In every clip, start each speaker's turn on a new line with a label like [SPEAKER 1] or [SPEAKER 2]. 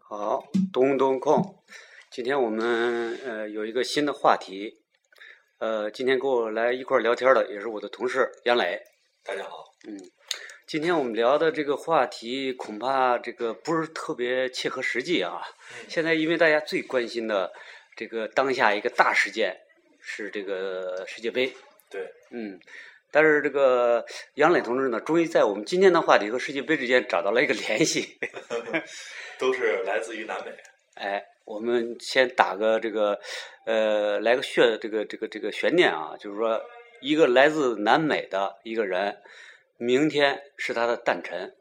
[SPEAKER 1] 好，东东控。今天我们呃有一个新的话题，呃，今天跟我来一块儿聊天的也是我的同事杨磊。嗯
[SPEAKER 2] 大家好，
[SPEAKER 1] 今天我们聊的这个话题，恐怕这个不是特别切合实际啊。
[SPEAKER 2] 嗯
[SPEAKER 1] 现在因为大家最关心的这个当下一个大事件是这个世界杯，
[SPEAKER 2] 对，
[SPEAKER 1] 嗯，但是这个杨磊同志呢，终于在我们今天的话题和世界杯之间找到了一个联系。
[SPEAKER 2] 都是来自于南美，
[SPEAKER 1] 哎，我们先打个这个，呃，来个悬这个这个这个悬念啊，就是说，一个来自南美的一个人，明天是他的诞辰。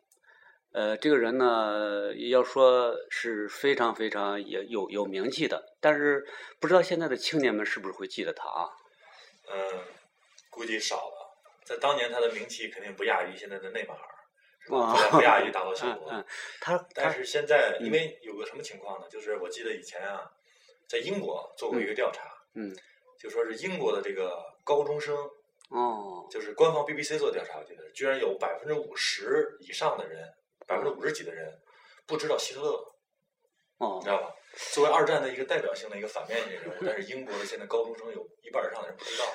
[SPEAKER 1] 呃，这个人呢，要说是非常非常也有有名气的，但是不知道现在的青年们是不是会记得他啊？
[SPEAKER 2] 嗯，估计少了。在当年，他的名气肯定不亚于现在的内马尔，是吧？
[SPEAKER 1] 啊
[SPEAKER 2] 不不亚于大罗修
[SPEAKER 1] 嗯
[SPEAKER 2] 罗。
[SPEAKER 1] 嗯，他
[SPEAKER 2] 但
[SPEAKER 1] 他
[SPEAKER 2] 是现在，
[SPEAKER 1] 嗯
[SPEAKER 2] 因为有个什么情况呢？就是我记得以前啊，在英国做过一个调查，
[SPEAKER 1] 嗯
[SPEAKER 2] 就说是英国的这个高中生，
[SPEAKER 1] 哦
[SPEAKER 2] 就是官方 BBC 做调查，我记得居然有百分之五十以上的人，百分之五十几的人不知道希特勒，你知
[SPEAKER 1] 哦
[SPEAKER 2] 道吧？作为二战的一个代表性的一个反面人物，但是英国的现在高中生有一半以上的人不知道。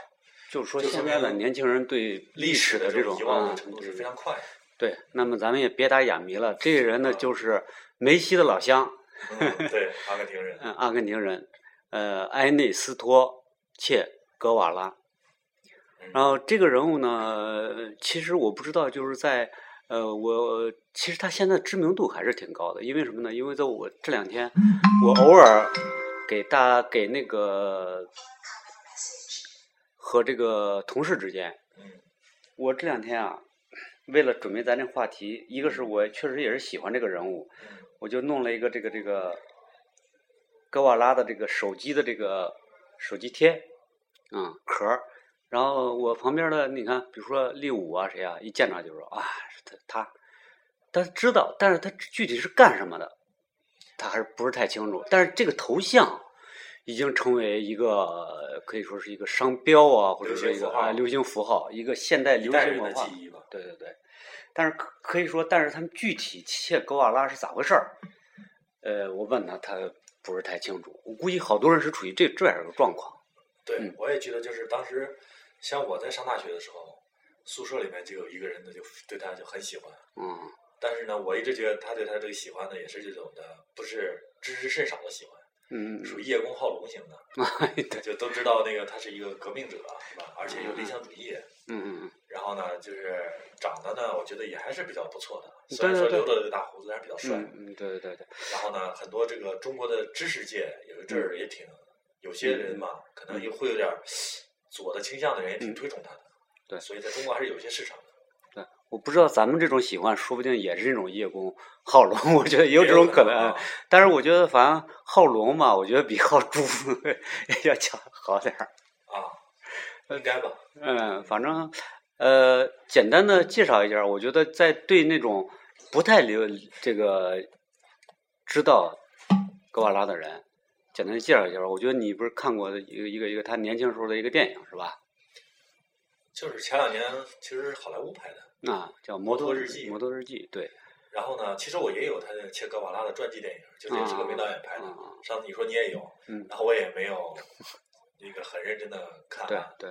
[SPEAKER 1] 就是说
[SPEAKER 2] 就说
[SPEAKER 1] 现在的
[SPEAKER 2] 明
[SPEAKER 1] 年轻人对
[SPEAKER 2] 历
[SPEAKER 1] 史
[SPEAKER 2] 史
[SPEAKER 1] 的
[SPEAKER 2] 的
[SPEAKER 1] 这
[SPEAKER 2] 这
[SPEAKER 1] 种
[SPEAKER 2] 种遗忘
[SPEAKER 1] 啊
[SPEAKER 2] 的程度是非常快的。
[SPEAKER 1] 对，那么咱们也别打哑谜了。这个人呢，就是梅西的老乡，
[SPEAKER 2] 嗯， 对，阿根廷人，
[SPEAKER 1] 嗯，阿根廷人，呃，埃内斯托切格瓦拉。然后这个人物呢，其实我不知道，就是在呃，我其实他现在知名度还是挺高的，因为什么呢？因为在我这两天，我偶尔给大给那个和这个同事之间，
[SPEAKER 2] 嗯
[SPEAKER 1] 我这两天啊，为了准备咱这话题，一个是我确实也是喜欢这个人物，
[SPEAKER 2] 嗯
[SPEAKER 1] 我就弄了一个这个这个格瓦拉的这个手机的这个手机贴，嗯，壳儿。然后我旁边的你看，比如说利武啊，谁啊，一见着就说啊，是他他，他知道，但是他具体是干什么的，他还是不是太清楚。但是这个头像已经成为一个呃可以说是一个商标啊，或者
[SPEAKER 2] 流
[SPEAKER 1] 说
[SPEAKER 2] 行
[SPEAKER 1] 一个
[SPEAKER 2] 符号
[SPEAKER 1] 啊流行符号，一个现代
[SPEAKER 2] 一
[SPEAKER 1] 流
[SPEAKER 2] 代
[SPEAKER 1] 行
[SPEAKER 2] 人
[SPEAKER 1] 文
[SPEAKER 2] 的
[SPEAKER 1] 化。
[SPEAKER 2] 记忆吧。
[SPEAKER 1] 对对对，但是可可以说，但是他们具体切格瓦拉是咋回事儿？呃，我问他，他不是太清楚。我估计好多人是处于这这样一个状况。
[SPEAKER 2] 对
[SPEAKER 1] 嗯，
[SPEAKER 2] 我也记得，就是当时，像我在上大学的时候，宿舍里面就有一个人，他就对他就很喜欢。
[SPEAKER 1] 嗯
[SPEAKER 2] 但是呢，我一直觉得他对他这个喜欢呢，也是这种的，不是知之甚少的喜欢，
[SPEAKER 1] 嗯， 嗯
[SPEAKER 2] 属于叶公好龙型的，
[SPEAKER 1] 嗯对，
[SPEAKER 2] 就都知道那个他是一个革命者，啊是吧？而且有理想主义。
[SPEAKER 1] 嗯嗯嗯，
[SPEAKER 2] 然后呢，就是长得呢，我觉得也还是比较不错的，
[SPEAKER 1] 对
[SPEAKER 2] 虽然说
[SPEAKER 1] 对
[SPEAKER 2] 留
[SPEAKER 1] 对
[SPEAKER 2] 了这个大胡子，但是比较帅。
[SPEAKER 1] 嗯嗯，对对对对，
[SPEAKER 2] 然后呢，很多这个中国的知识界有一阵儿也挺，有些人嘛，
[SPEAKER 1] 嗯
[SPEAKER 2] 可能也会有点儿左的倾向的人也挺推崇他的。
[SPEAKER 1] 对
[SPEAKER 2] 所以在中国还是有些市场的。
[SPEAKER 1] 我不知道咱们这种喜欢，说不定也是这种叶公好龙， 我觉得也有这种可能。
[SPEAKER 2] 啊
[SPEAKER 1] 但是我觉得，反正好龙嘛，我觉得比好猪 要强好点儿。
[SPEAKER 2] 啊，应该吧。
[SPEAKER 1] 嗯，反正呃，简单的介绍一下，我觉得在对那种不太了这个知道格瓦拉的人，简单的介绍一下吧。我觉得你不是看过的一个一个一个他年轻时候的一个电影是吧？
[SPEAKER 2] 就是前两年其实是好莱坞拍的，
[SPEAKER 1] 啊，叫《摩
[SPEAKER 2] 托
[SPEAKER 1] 托
[SPEAKER 2] 日记
[SPEAKER 1] 摩托日记，对，
[SPEAKER 2] 然后呢，其实我也有他的切格瓦拉的传记电影，就是也是个
[SPEAKER 1] 啊
[SPEAKER 2] 名导演拍的
[SPEAKER 1] 啊啊。
[SPEAKER 2] 上次你说你也有，
[SPEAKER 1] 嗯
[SPEAKER 2] 然后我也没有那个很认真的看
[SPEAKER 1] 对
[SPEAKER 2] 完。
[SPEAKER 1] 对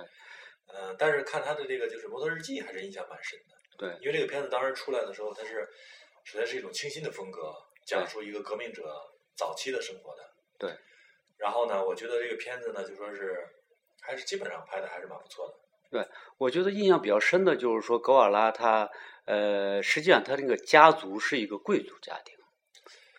[SPEAKER 2] 嗯、但是看他的这个就是《摩托日记》还是印象蛮深的。
[SPEAKER 1] 对，
[SPEAKER 2] 因为这个片子当时出来的时候，它是首先是一种清新的风格，讲述一个革命者早期的生活的。
[SPEAKER 1] 对。
[SPEAKER 2] 然后呢，我觉得这个片子呢，就说是还是基本上拍的还是蛮不错的。
[SPEAKER 1] 我觉得印象比较深的就是说格瓦拉他呃，实际上他那个家族是一个贵族家庭，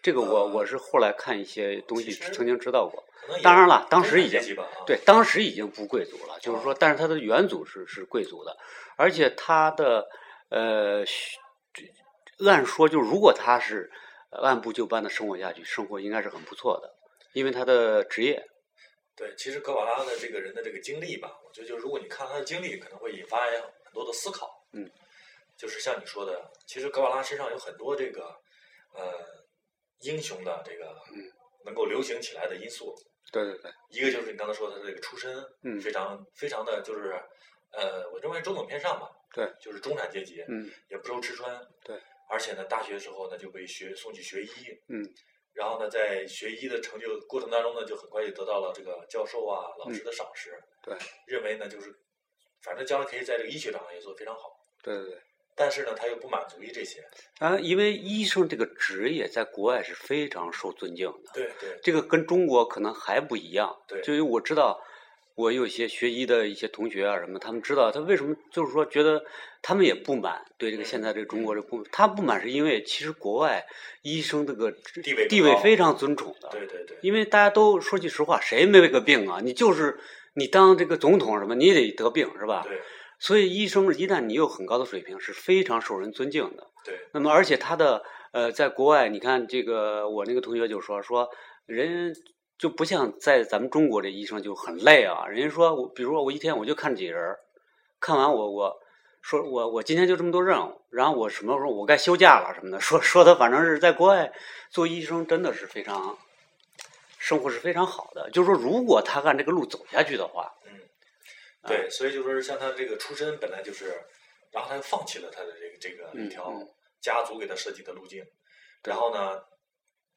[SPEAKER 1] 这个我我是后来看一些东西
[SPEAKER 2] 其实
[SPEAKER 1] 曾经知道过。
[SPEAKER 2] 可能也
[SPEAKER 1] 当然了当时已
[SPEAKER 2] 中产阶
[SPEAKER 1] 经
[SPEAKER 2] 级吧啊，
[SPEAKER 1] 对，当时已经不贵族了，就是说，但是他的元祖是是贵族的，而且他的呃，许这按说就如果他是呃按部就班的生活下去，生活应该是很不错的，因为他的职业，
[SPEAKER 2] 对，其实格瓦拉的这个人的这个经历吧，我觉得就是如果你看他的经历，可能会引发很多的思考。
[SPEAKER 1] 嗯，
[SPEAKER 2] 就是像你说的，其实格瓦拉身上有很多这个呃英雄的这个
[SPEAKER 1] 嗯
[SPEAKER 2] 能够流行起来的因素。
[SPEAKER 1] 对对对，
[SPEAKER 2] 一个就是你刚才说的这个出身，
[SPEAKER 1] 嗯
[SPEAKER 2] 非常非常的就是，呃，我认为中等偏上吧，
[SPEAKER 1] 对，
[SPEAKER 2] 就是中产阶级，
[SPEAKER 1] 嗯
[SPEAKER 2] 也不愁吃穿，
[SPEAKER 1] 对，
[SPEAKER 2] 而且呢，大学时候呢就被学送去学医，
[SPEAKER 1] 嗯，
[SPEAKER 2] 然后呢，在学医的成就过程当中呢，就很快就得到了这个教授啊、老师的赏识，
[SPEAKER 1] 嗯对，
[SPEAKER 2] 认为呢就是，反正将来可以在这个医学上也做得非常好。
[SPEAKER 1] 对对对。
[SPEAKER 2] 但是呢，他又不满足于这些，
[SPEAKER 1] 啊，因为医生这个职业在国外是非常受尊敬的，
[SPEAKER 2] 对对
[SPEAKER 1] 这个跟中国可能还不一样。
[SPEAKER 2] 对
[SPEAKER 1] 就是我知道，我有一些学医的一些同学啊什么，他们知道他为什么就是说觉得他们也不满对这个
[SPEAKER 2] 嗯
[SPEAKER 1] 现在这个中国这不，他不满是因为其实国外医生这个职
[SPEAKER 2] 地位
[SPEAKER 1] 地
[SPEAKER 2] 更
[SPEAKER 1] 位
[SPEAKER 2] 高
[SPEAKER 1] 非常尊崇的，
[SPEAKER 2] 对对对，
[SPEAKER 1] 因为大家都说句实话，谁没个病啊？你就是你当这个总统什么，你也得得病是吧？
[SPEAKER 2] 对
[SPEAKER 1] 所以医生一旦你有很高的水平，是非常受人尊敬的。
[SPEAKER 2] 对
[SPEAKER 1] 那么，而且他的呃，在国外，你看这个，我那个同学就说说，人就不像在咱们中国这医生就很累啊。人家说我，比如说我一天我就看几人儿，看完我我说我我今天就这么多任务，然后我什么时候我该休假了什么的，说说他反正是在国外做医生真的是非常生活是非常好的。就是说，如果他按这个路走下去的话，啊
[SPEAKER 2] 对，所以就说是像他这个出身本来就是，然后他又放弃了他的这个这个
[SPEAKER 1] 嗯
[SPEAKER 2] 一条
[SPEAKER 1] 嗯
[SPEAKER 2] 家族给他设计的路径，然后呢，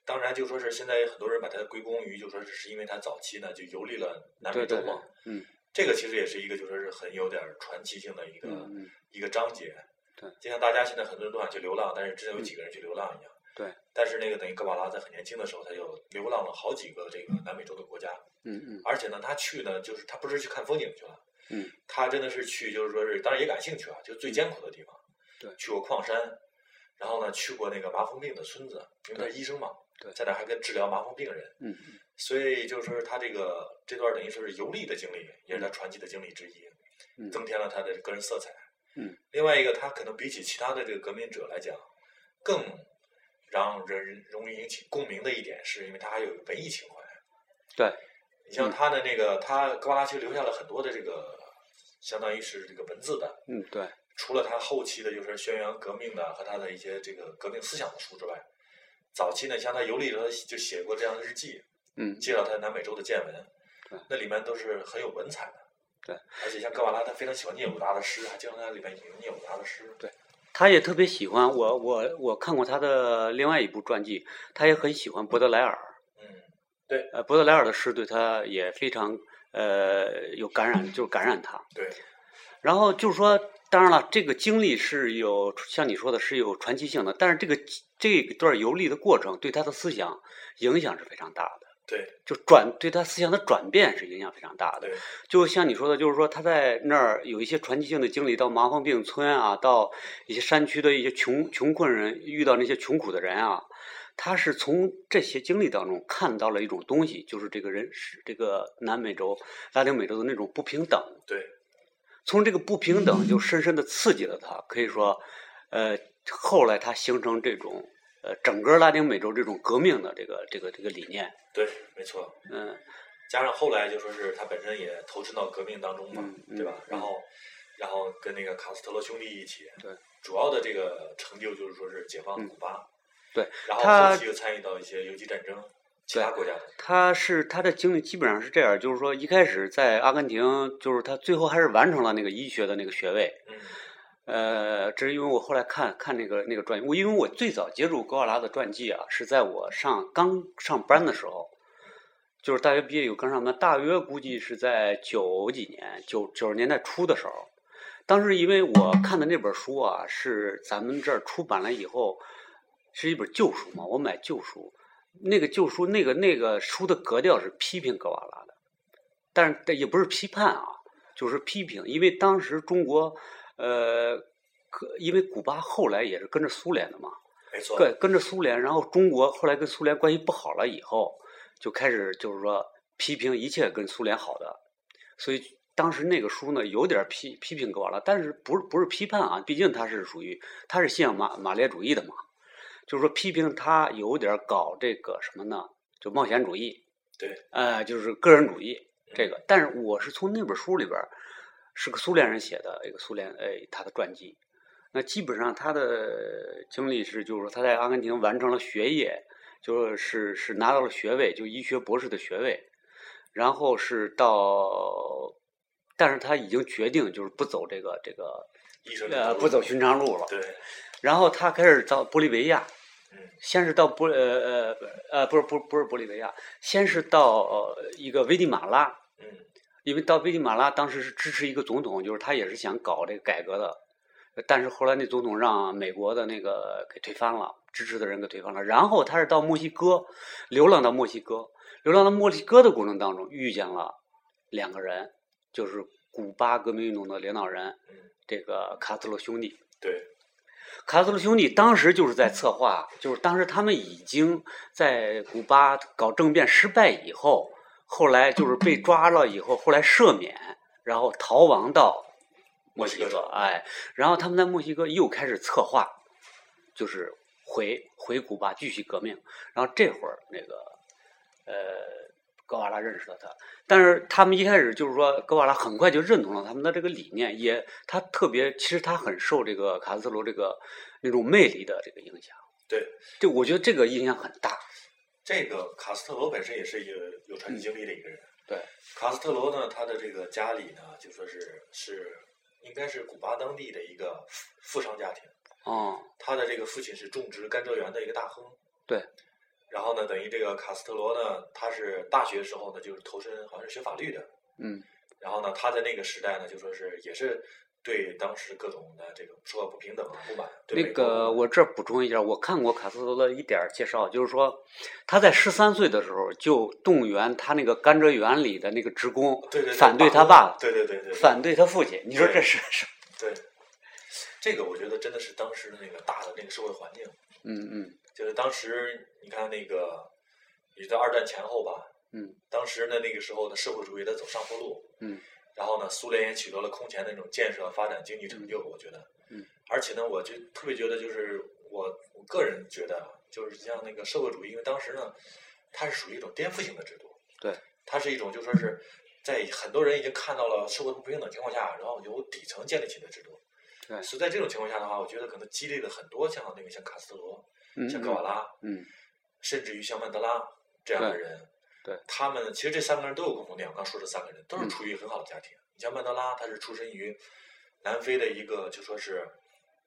[SPEAKER 2] 当然就说是现在很多人把他归功于就说是是因为他早期呢就游历了南美
[SPEAKER 1] 对
[SPEAKER 2] 洲
[SPEAKER 1] 对对
[SPEAKER 2] 嘛，，
[SPEAKER 1] 嗯
[SPEAKER 2] 这个其实也是一个就说是很有点儿传奇性的一个、
[SPEAKER 1] 嗯嗯，
[SPEAKER 2] 一个章节。
[SPEAKER 1] 对，嗯
[SPEAKER 2] 就像大家现在很多人都想去流浪，但是真的有几个人去流浪一样。
[SPEAKER 1] 对，
[SPEAKER 2] 但是那个等于格瓦拉在很年轻的时候，他就流浪了好几个这个南美洲的国家，
[SPEAKER 1] 嗯嗯
[SPEAKER 2] 而且呢，他去呢，就是他不是去看风景去了，
[SPEAKER 1] 嗯，
[SPEAKER 2] 他真的是去，就是说是，当然也感兴趣啊，就最艰苦的地方，
[SPEAKER 1] 对
[SPEAKER 2] 去过矿山，然后呢，去过那个麻风病的村子，因为他
[SPEAKER 1] 对
[SPEAKER 2] 是医生嘛，
[SPEAKER 1] 对
[SPEAKER 2] 在那儿还跟治疗麻风病人，
[SPEAKER 1] 嗯
[SPEAKER 2] 所以就是说他这个这段等于说是游历的经历，也是他传奇的经历之一，
[SPEAKER 1] 嗯
[SPEAKER 2] 增添了他的个人色彩。
[SPEAKER 1] 嗯，
[SPEAKER 2] 另外一个，他可能比起其他的这个革命者来讲，更让人容易引起共鸣的一点，是因为他还有一个文艺情怀。
[SPEAKER 1] 对，
[SPEAKER 2] 你像
[SPEAKER 1] 嗯
[SPEAKER 2] 他的那个，他格瓦拉其实留下了很多的这个，相当于是这个文字的，
[SPEAKER 1] 嗯对，
[SPEAKER 2] 除了他后期的就是宣扬革命的和他的一些这个革命思想的书之外，早期呢，像他游历的时候就写过这样的日记，
[SPEAKER 1] 嗯
[SPEAKER 2] 介绍他南美洲的见
[SPEAKER 1] 对
[SPEAKER 2] 闻，那里面都是很有文采的。
[SPEAKER 1] 对，
[SPEAKER 2] 而且像格瓦拉，他非常喜欢聂鲁达的诗，还经常在里面引用聂鲁达的诗。
[SPEAKER 1] 他也特别喜欢我，我我看过他的另外一部传记，他也很喜欢伯德莱尔，
[SPEAKER 2] 嗯，
[SPEAKER 1] 呃，伯德莱尔的诗对他也非常呃有感染，就是感染他。
[SPEAKER 2] 对，
[SPEAKER 1] 然后就是说，当然了，这个经历是有像你说的是有传奇性的，但是这个这段游历的过程对他的思想影响是非常大的，
[SPEAKER 2] 对，
[SPEAKER 1] 就转对他思想的转变是影响非常大的
[SPEAKER 2] 对。
[SPEAKER 1] 就像你说的，就是说他在那儿有一些传奇性的经历，到麻风病村啊，到一些山区的一些穷穷困人，遇到那些穷苦的人啊，他是从这些经历当中看到了一种东西，就是这个人是这个南美洲、拉丁美洲的那种不平等。
[SPEAKER 2] 对，
[SPEAKER 1] 从这个不平等就深深的刺激了他，可以说，呃，后来他形成这种呃整个拉丁美洲这种革命的这个这个这个理念，
[SPEAKER 2] 对，没错。
[SPEAKER 1] 嗯
[SPEAKER 2] 加上后来就说是他本身也投身到革命当中嘛，
[SPEAKER 1] 嗯嗯
[SPEAKER 2] 对吧？然
[SPEAKER 1] 嗯
[SPEAKER 2] 后，然后跟那个卡斯特罗兄弟一起，
[SPEAKER 1] 对，嗯
[SPEAKER 2] 主要的这个成就就是说是解放古巴，
[SPEAKER 1] 对，
[SPEAKER 2] 然后
[SPEAKER 1] 他
[SPEAKER 2] 后期又参与到一些游击战争，其他国家的，
[SPEAKER 1] 他是他的经历基本上是这样，就是说一开始在阿根廷，就是他最后还是完成了那个医学的那个学位。
[SPEAKER 2] 嗯
[SPEAKER 1] 呃，这是因为我后来看看那个那个传记，我因为我最早接触格瓦拉的传记啊，是在我上刚上班的时候，就是大学毕业以后刚上班，大约估计是在九几年九九十年代初的时候。当时因为我看的那本书啊，是咱们这儿出版了以后，是一本旧书嘛，我买旧书，那个旧书那个那个书的格调是批评格瓦拉的，但是但也不是批判啊，就是批评，因为当时中国，呃，可因为古巴后来也是跟着苏联的嘛，
[SPEAKER 2] 没错，
[SPEAKER 1] 跟跟着苏联，然后中国后来跟苏联关系不好了以后，就开始就是说批评一切跟苏联好的，所以当时那个书呢有点批批评格瓦拉，但是不是不是批判啊，毕竟他是属于他是信仰马马列主义的嘛，就是说批评他有点搞这个什么呢，就冒险主义，
[SPEAKER 2] 对，
[SPEAKER 1] 呃，就是个人主义这个，但是我是从那本书里边儿，是个苏联人写的一个苏联，哎，他的传记，那基本上他的经历是，就是说他在阿根廷完成了学业，就是是拿到了学位，就医学博士的学位，然后是到，但是他已经决定就是不走这个这个呃
[SPEAKER 2] 医生
[SPEAKER 1] 呃不走寻常路了，
[SPEAKER 2] 对，
[SPEAKER 1] 然后他开始到玻利维亚，
[SPEAKER 2] 嗯
[SPEAKER 1] 先是到玻呃呃呃不是不是不是玻利维亚，先是到、呃、一个危地马拉，
[SPEAKER 2] 嗯
[SPEAKER 1] 因为到危地马拉当时是支持一个总统，就是他也是想搞这个改革的，呃但是后来那总统让美国的那个给推翻了，支持的人给推翻了。然后他是到墨西哥，流浪到墨西哥，流浪到墨西哥的过程当中遇见了两个人，就是古巴革命运动的领导人
[SPEAKER 2] 嗯，
[SPEAKER 1] 这个卡斯特罗兄弟。
[SPEAKER 2] 对，
[SPEAKER 1] 卡斯特罗兄弟当时就是在策划，就是当时他们已经在古巴搞政变失败以后，后来就是被抓了以后，后来赦免，然后逃亡到墨西
[SPEAKER 2] 墨西
[SPEAKER 1] 哥
[SPEAKER 2] 哥，
[SPEAKER 1] 哎，然后他们在墨西哥又开始策划，就是回回古巴继续革命。然后这会儿那个呃格瓦拉认识了他，但是他们一开始就是说，格瓦拉很快就认同了他们的这个理念，也他特别，其实他很受这个卡斯特罗这个那种魅力的这个影响。
[SPEAKER 2] 对，
[SPEAKER 1] 这我觉得这个影响很大。
[SPEAKER 2] 这个卡斯特罗本身也是一个有传奇经历的一个人。
[SPEAKER 1] 嗯对，
[SPEAKER 2] 卡斯特罗呢，他的这个家里呢，就说是是应该是古巴当地的一个富富商家庭，
[SPEAKER 1] 哦，
[SPEAKER 2] 他的这个父亲是种植甘蔗园的一个大亨。
[SPEAKER 1] 对。
[SPEAKER 2] 然后呢，等于这个卡斯特罗呢，他是大学时候呢，就是投身好像是学法律的。
[SPEAKER 1] 嗯，
[SPEAKER 2] 然后呢，他在那个时代呢，就说是也是对当时各种的这个社会不平等啊不满。对
[SPEAKER 1] 那
[SPEAKER 2] 美国不
[SPEAKER 1] 个
[SPEAKER 2] 满
[SPEAKER 1] 我这儿补充一下，我看过卡斯特罗的一点儿介绍，就是说他在十三岁的时候就动员他那个甘蔗园里的那个职工
[SPEAKER 2] 对对对
[SPEAKER 1] 反对
[SPEAKER 2] 罢
[SPEAKER 1] 他
[SPEAKER 2] 工
[SPEAKER 1] 爸，
[SPEAKER 2] 对对对对，
[SPEAKER 1] 反对他父亲。你说
[SPEAKER 2] 对
[SPEAKER 1] 这是是？
[SPEAKER 2] 对，这个我觉得真的是当时的那个大的那个社会环境，
[SPEAKER 1] 嗯嗯
[SPEAKER 2] 就是当时你看那个，也在二战前后吧，
[SPEAKER 1] 嗯
[SPEAKER 2] 当时呢那个时候的社会主义在走上坡路，
[SPEAKER 1] 嗯
[SPEAKER 2] 然后呢苏联也取得了空前的那种建设、发展、经济成就，我觉得，
[SPEAKER 1] 嗯，
[SPEAKER 2] 而且呢我就特别觉得就是我我个人觉得啊，就是像那个社会主义，因为当时呢它是属于一种颠覆性的制度，
[SPEAKER 1] 对，
[SPEAKER 2] 它是一种就说是。在很多人已经看到了社会不平等情况下，然后由底层建立起的制度，
[SPEAKER 1] 对
[SPEAKER 2] 所以在这种情况下的话，我觉得可能激励了很多像那个像卡斯特罗、
[SPEAKER 1] 嗯，
[SPEAKER 2] 像格瓦
[SPEAKER 1] 嗯
[SPEAKER 2] 拉，
[SPEAKER 1] 嗯
[SPEAKER 2] 甚至于像曼德拉这样的人，
[SPEAKER 1] 对对
[SPEAKER 2] 他们其实这三个人都有共同点，我刚说这三个人都是
[SPEAKER 1] 嗯
[SPEAKER 2] 出于很好的家庭。你像曼德拉，他是出身于南非的一个就说是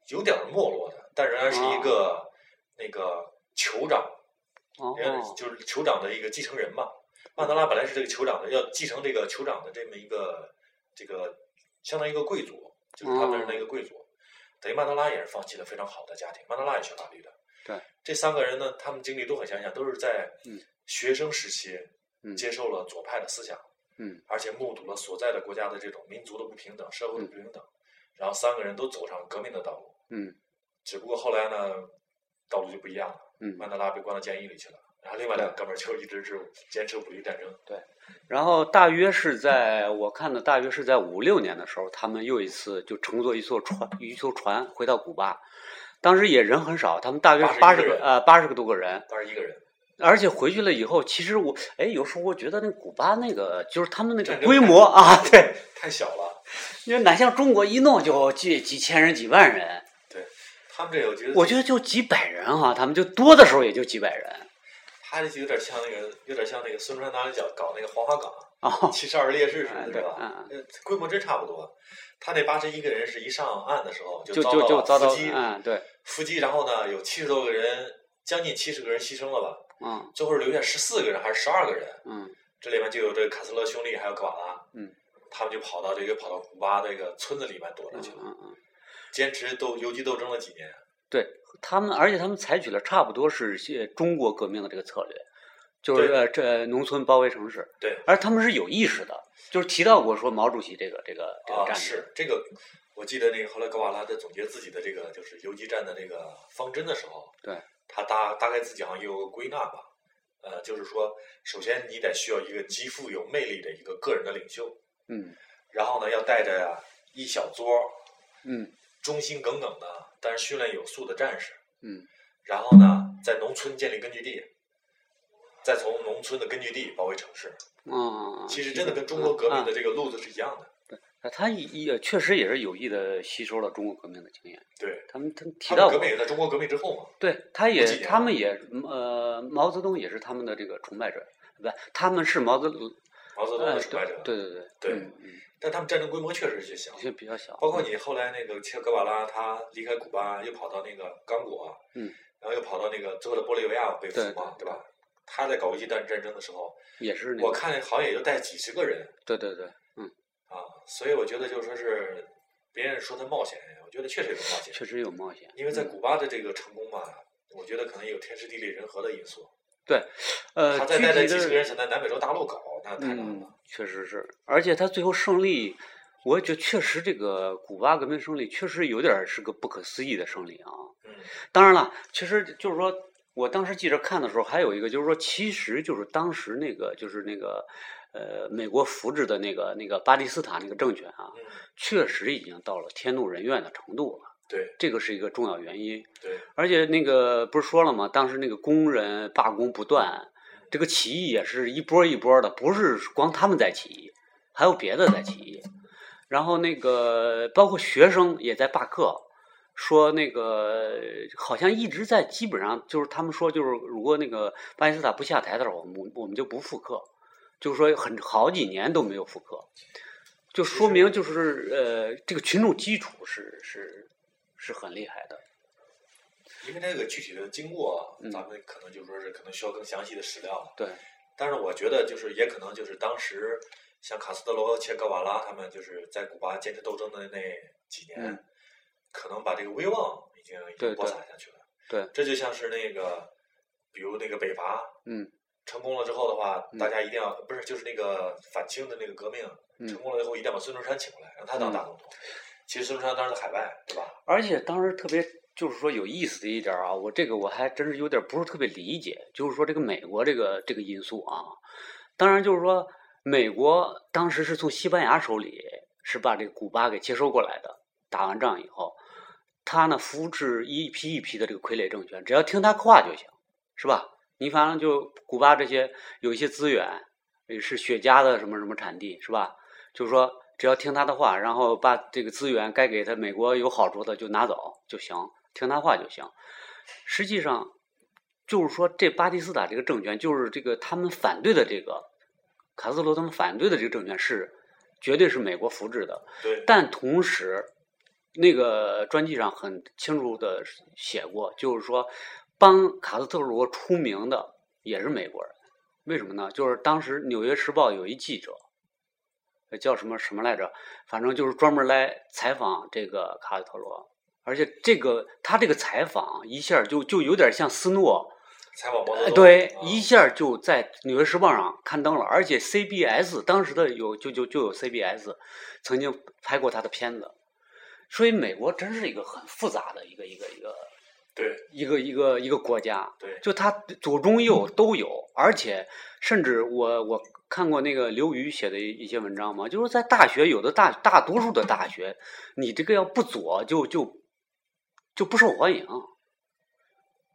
[SPEAKER 2] 有点没落的，但仍然是一
[SPEAKER 1] 啊
[SPEAKER 2] 个、那个酋长，
[SPEAKER 1] 哦
[SPEAKER 2] 人家就是酋长的一个继承人嘛。曼德拉本来是这个酋长的，要继承这个酋长的这么一个这个相当于一个贵族，就是他本人的一
[SPEAKER 1] 哦
[SPEAKER 2] 个贵族。等于曼德拉也是放弃了非常好的家庭，曼德拉也学法律的。
[SPEAKER 1] 对，
[SPEAKER 2] 这三个人呢，他们经历都很相像，都是在
[SPEAKER 1] 嗯
[SPEAKER 2] 学生时期
[SPEAKER 1] 嗯
[SPEAKER 2] 接受了左派的思想，
[SPEAKER 1] 嗯
[SPEAKER 2] 而且目睹了所在的国家的这种民族的不平等、社会的不平等，然后三个人都走上了革命的道路。
[SPEAKER 1] 嗯
[SPEAKER 2] 只不过后来呢，道路就不一样了。
[SPEAKER 1] 嗯，
[SPEAKER 2] 曼德拉被关到监狱里去了，然后另外
[SPEAKER 1] 对
[SPEAKER 2] 两个哥们儿就一直是坚持武力战争。
[SPEAKER 1] 然后大约是在我看的，大约是在五六年的时候，他们又一次就乘坐一艘船，一艘船回到古巴。当时也人很少，他们大约八
[SPEAKER 2] 81
[SPEAKER 1] 十
[SPEAKER 2] 个
[SPEAKER 1] 个
[SPEAKER 2] 人
[SPEAKER 1] 呃八十个多个人，
[SPEAKER 2] 当然一个人，
[SPEAKER 1] 而且回去了以后，其实我哎有时候我觉得那古巴那个就是他们那个
[SPEAKER 2] 战争
[SPEAKER 1] 规模啊，对，
[SPEAKER 2] 太小了。
[SPEAKER 1] 因为哪像中国一弄就几几千人几万人，
[SPEAKER 2] 他们这我觉得，
[SPEAKER 1] 我觉得就几百人哈、他们就多的时候也就几百人
[SPEAKER 2] 他这有点像那个，有点像那个孙传达里讲搞那个黄花岗。
[SPEAKER 1] 啊，
[SPEAKER 2] 七十二烈士似的，
[SPEAKER 1] 嗯
[SPEAKER 2] 对
[SPEAKER 1] 对
[SPEAKER 2] 吧？
[SPEAKER 1] 嗯
[SPEAKER 2] 呃规模真差不多。他那八十一个人是一上岸的时候就
[SPEAKER 1] 就
[SPEAKER 2] 遭
[SPEAKER 1] 就就遭到
[SPEAKER 2] 到了伏击，
[SPEAKER 1] 嗯对
[SPEAKER 2] 伏击，然后呢有七十多个人，将近七十个人牺牲了吧？
[SPEAKER 1] 嗯
[SPEAKER 2] 最后留下十四个人还是十二个人？
[SPEAKER 1] 嗯
[SPEAKER 2] 这里面就有这个卡斯勒兄弟还有格瓦拉，
[SPEAKER 1] 嗯，
[SPEAKER 2] 他们就跑到这个跑到古巴这个村子里面躲着
[SPEAKER 1] 嗯
[SPEAKER 2] 去了，
[SPEAKER 1] 嗯嗯。
[SPEAKER 2] 坚持斗游击斗争了几年。
[SPEAKER 1] 对他们，而且他们采取了差不多是些中国革命的这个策略，就是
[SPEAKER 2] 对
[SPEAKER 1] 呃这农村包围城市，
[SPEAKER 2] 对，
[SPEAKER 1] 而他们是有意识的，就是提到过说毛主席这个这个这个
[SPEAKER 2] 啊，
[SPEAKER 1] 战略，
[SPEAKER 2] 是这个，我记得那个后来格瓦拉在总结自己的这个就是游击战的这个方针的时候，
[SPEAKER 1] 对，
[SPEAKER 2] 他大大概自己好像也有个归纳吧，呃，就是说，首先你得需要一个极富有魅力的一个个人的领袖，
[SPEAKER 1] 嗯
[SPEAKER 2] 然后呢，要带着呀一小撮
[SPEAKER 1] 嗯
[SPEAKER 2] 忠心耿耿的，但是训练有素的战士，
[SPEAKER 1] 嗯
[SPEAKER 2] 然后呢，在农村建立根据地。再从农村的根据地包围城市，
[SPEAKER 1] 啊，
[SPEAKER 2] 其实真的跟中国革命
[SPEAKER 1] 啊
[SPEAKER 2] 的这个路子是一样的。
[SPEAKER 1] 啊他也确实也是有意的吸收了中国革命的经验，
[SPEAKER 2] 对，
[SPEAKER 1] 他们他们提
[SPEAKER 2] 他
[SPEAKER 1] 到
[SPEAKER 2] 们革
[SPEAKER 1] 过
[SPEAKER 2] 命，也在中国革命之后嘛。
[SPEAKER 1] 对，他也
[SPEAKER 2] 几年
[SPEAKER 1] 他们也呃毛泽东也是他们的这个崇拜者，不，他们是毛泽东
[SPEAKER 2] 毛泽东
[SPEAKER 1] 呃
[SPEAKER 2] 的崇拜者，
[SPEAKER 1] 对对对
[SPEAKER 2] 对哦
[SPEAKER 1] 嗯嗯，
[SPEAKER 2] 但他们战争规模确实是小
[SPEAKER 1] 有，些比较小，
[SPEAKER 2] 包括你后来那个切格瓦拉，他离开古巴又跑到那个刚果，
[SPEAKER 1] 嗯，
[SPEAKER 2] 然后又跑到那个最后的玻利维亚被俘
[SPEAKER 1] 对
[SPEAKER 2] 嘛，
[SPEAKER 1] 对
[SPEAKER 2] 对吧？他在搞一战战争的时候，
[SPEAKER 1] 也是那
[SPEAKER 2] 我
[SPEAKER 1] 个，
[SPEAKER 2] 看好像也就带几十个人
[SPEAKER 1] 对对对，
[SPEAKER 2] 啊，所以我觉得就是说是别人说他冒险，我觉得确实有冒险，
[SPEAKER 1] 确实有冒险。
[SPEAKER 2] 因为在
[SPEAKER 1] 嗯
[SPEAKER 2] 古巴的这个成功嘛，我觉得可能有天时地利人和的因素。
[SPEAKER 1] 呃
[SPEAKER 2] 他，再
[SPEAKER 1] 具
[SPEAKER 2] 带着
[SPEAKER 1] 体
[SPEAKER 2] 几十个
[SPEAKER 1] 的
[SPEAKER 2] 人想在南美洲大陆搞，那太难
[SPEAKER 1] 嗯
[SPEAKER 2] 了。，
[SPEAKER 1] 确实是，而且他最后胜利，我也觉得确实这个古巴革命胜利确实有点儿是个不可思议的胜利啊。
[SPEAKER 2] 嗯
[SPEAKER 1] 当然了，其实就是说，我当时记着看的时候，还有一个就是说，其实就是当时那个就是那个呃美国扶植的那个那个巴蒂斯塔那个政权啊，
[SPEAKER 2] 嗯，
[SPEAKER 1] 确实已经到了天怒人怨的程度了，
[SPEAKER 2] 对
[SPEAKER 1] 这个是一个重要原因。
[SPEAKER 2] 对，
[SPEAKER 1] 而且那个不是说了吗？当时那个工人罢工不断，这个起义也是一波一波的，不是光他们在起义，还有别的在起义。然后那个包括学生也在罢课，说那个好像一直在基本上就是他们说就是如果那个巴基斯坦不下台的时候，我们我们就不复课，就是说很好几年都没有复课，就说明就是呃这个群众基础是是是很厉害的。
[SPEAKER 2] 因为这个具体的经过啊
[SPEAKER 1] 嗯，
[SPEAKER 2] 咱们可能就说是可能需要更详细的史料了。
[SPEAKER 1] 对，
[SPEAKER 2] 但是我觉得就是也可能就是当时像卡斯特罗、切格瓦拉他们就是在古巴坚持斗争的那几年，
[SPEAKER 1] 嗯
[SPEAKER 2] 可能把这个威望已经已
[SPEAKER 1] 对
[SPEAKER 2] 经播
[SPEAKER 1] 对
[SPEAKER 2] 撒下去了。
[SPEAKER 1] 对
[SPEAKER 2] 这就像是那个，比如那个北伐
[SPEAKER 1] 嗯
[SPEAKER 2] 成功了之后的话，
[SPEAKER 1] 嗯
[SPEAKER 2] 大家一定要不是就是那个反清的那个革命、
[SPEAKER 1] 嗯
[SPEAKER 2] 成功了以后，一定要把孙中山请过来，让他当大总统。其实孙中山当时在海外，对吧？
[SPEAKER 1] 而且当时特别就是说有意思的一点儿啊，我这个我还真是有点儿不是特别理解，就是说这个美国这个这个因素啊，当然就是说美国当时是从西班牙手里是把这个古巴给接收过来的，打完仗以后，他呢扶持一批一批的这个傀儡政权，只要听他话就行，是吧？你反正就古巴这些有一些资源，也是雪茄的什么什么产地，是吧？就是说只要听他的话，然后把这个资源该给他美国有好处的就拿走就行，听他话就行。实际上，就是说这巴蒂斯塔这个政权，就是这个他们反对的这个卡斯罗他们反对的这个政权是绝对是美国扶植的，
[SPEAKER 2] 对，
[SPEAKER 1] 但同时，那个专辑上很清楚的写过，就是说帮卡斯特罗出名的也是美国人，为什么呢？就是当时《纽约时报》有一记者，呃叫什么什么来着，反正就是专门来采访这个卡斯特罗。而且这个他这个采访一下就就有点像斯诺，
[SPEAKER 2] 采访毛泽
[SPEAKER 1] 呃
[SPEAKER 2] 东，
[SPEAKER 1] 对，
[SPEAKER 2] 啊
[SPEAKER 1] 一下就在《纽约时报》上刊登了，而且 CBS 当时的有就就就有 CBS 曾经拍过他的片子，所以美国真是一个很复杂的一个一个一个
[SPEAKER 2] 对
[SPEAKER 1] 一个一个一个国家，
[SPEAKER 2] 对，
[SPEAKER 1] 就它左中右都有，而且甚至我我看过那个刘瑜写的一一些文章嘛，就是在大学有的大大多数的大学，你这个要不左就就就不受欢迎，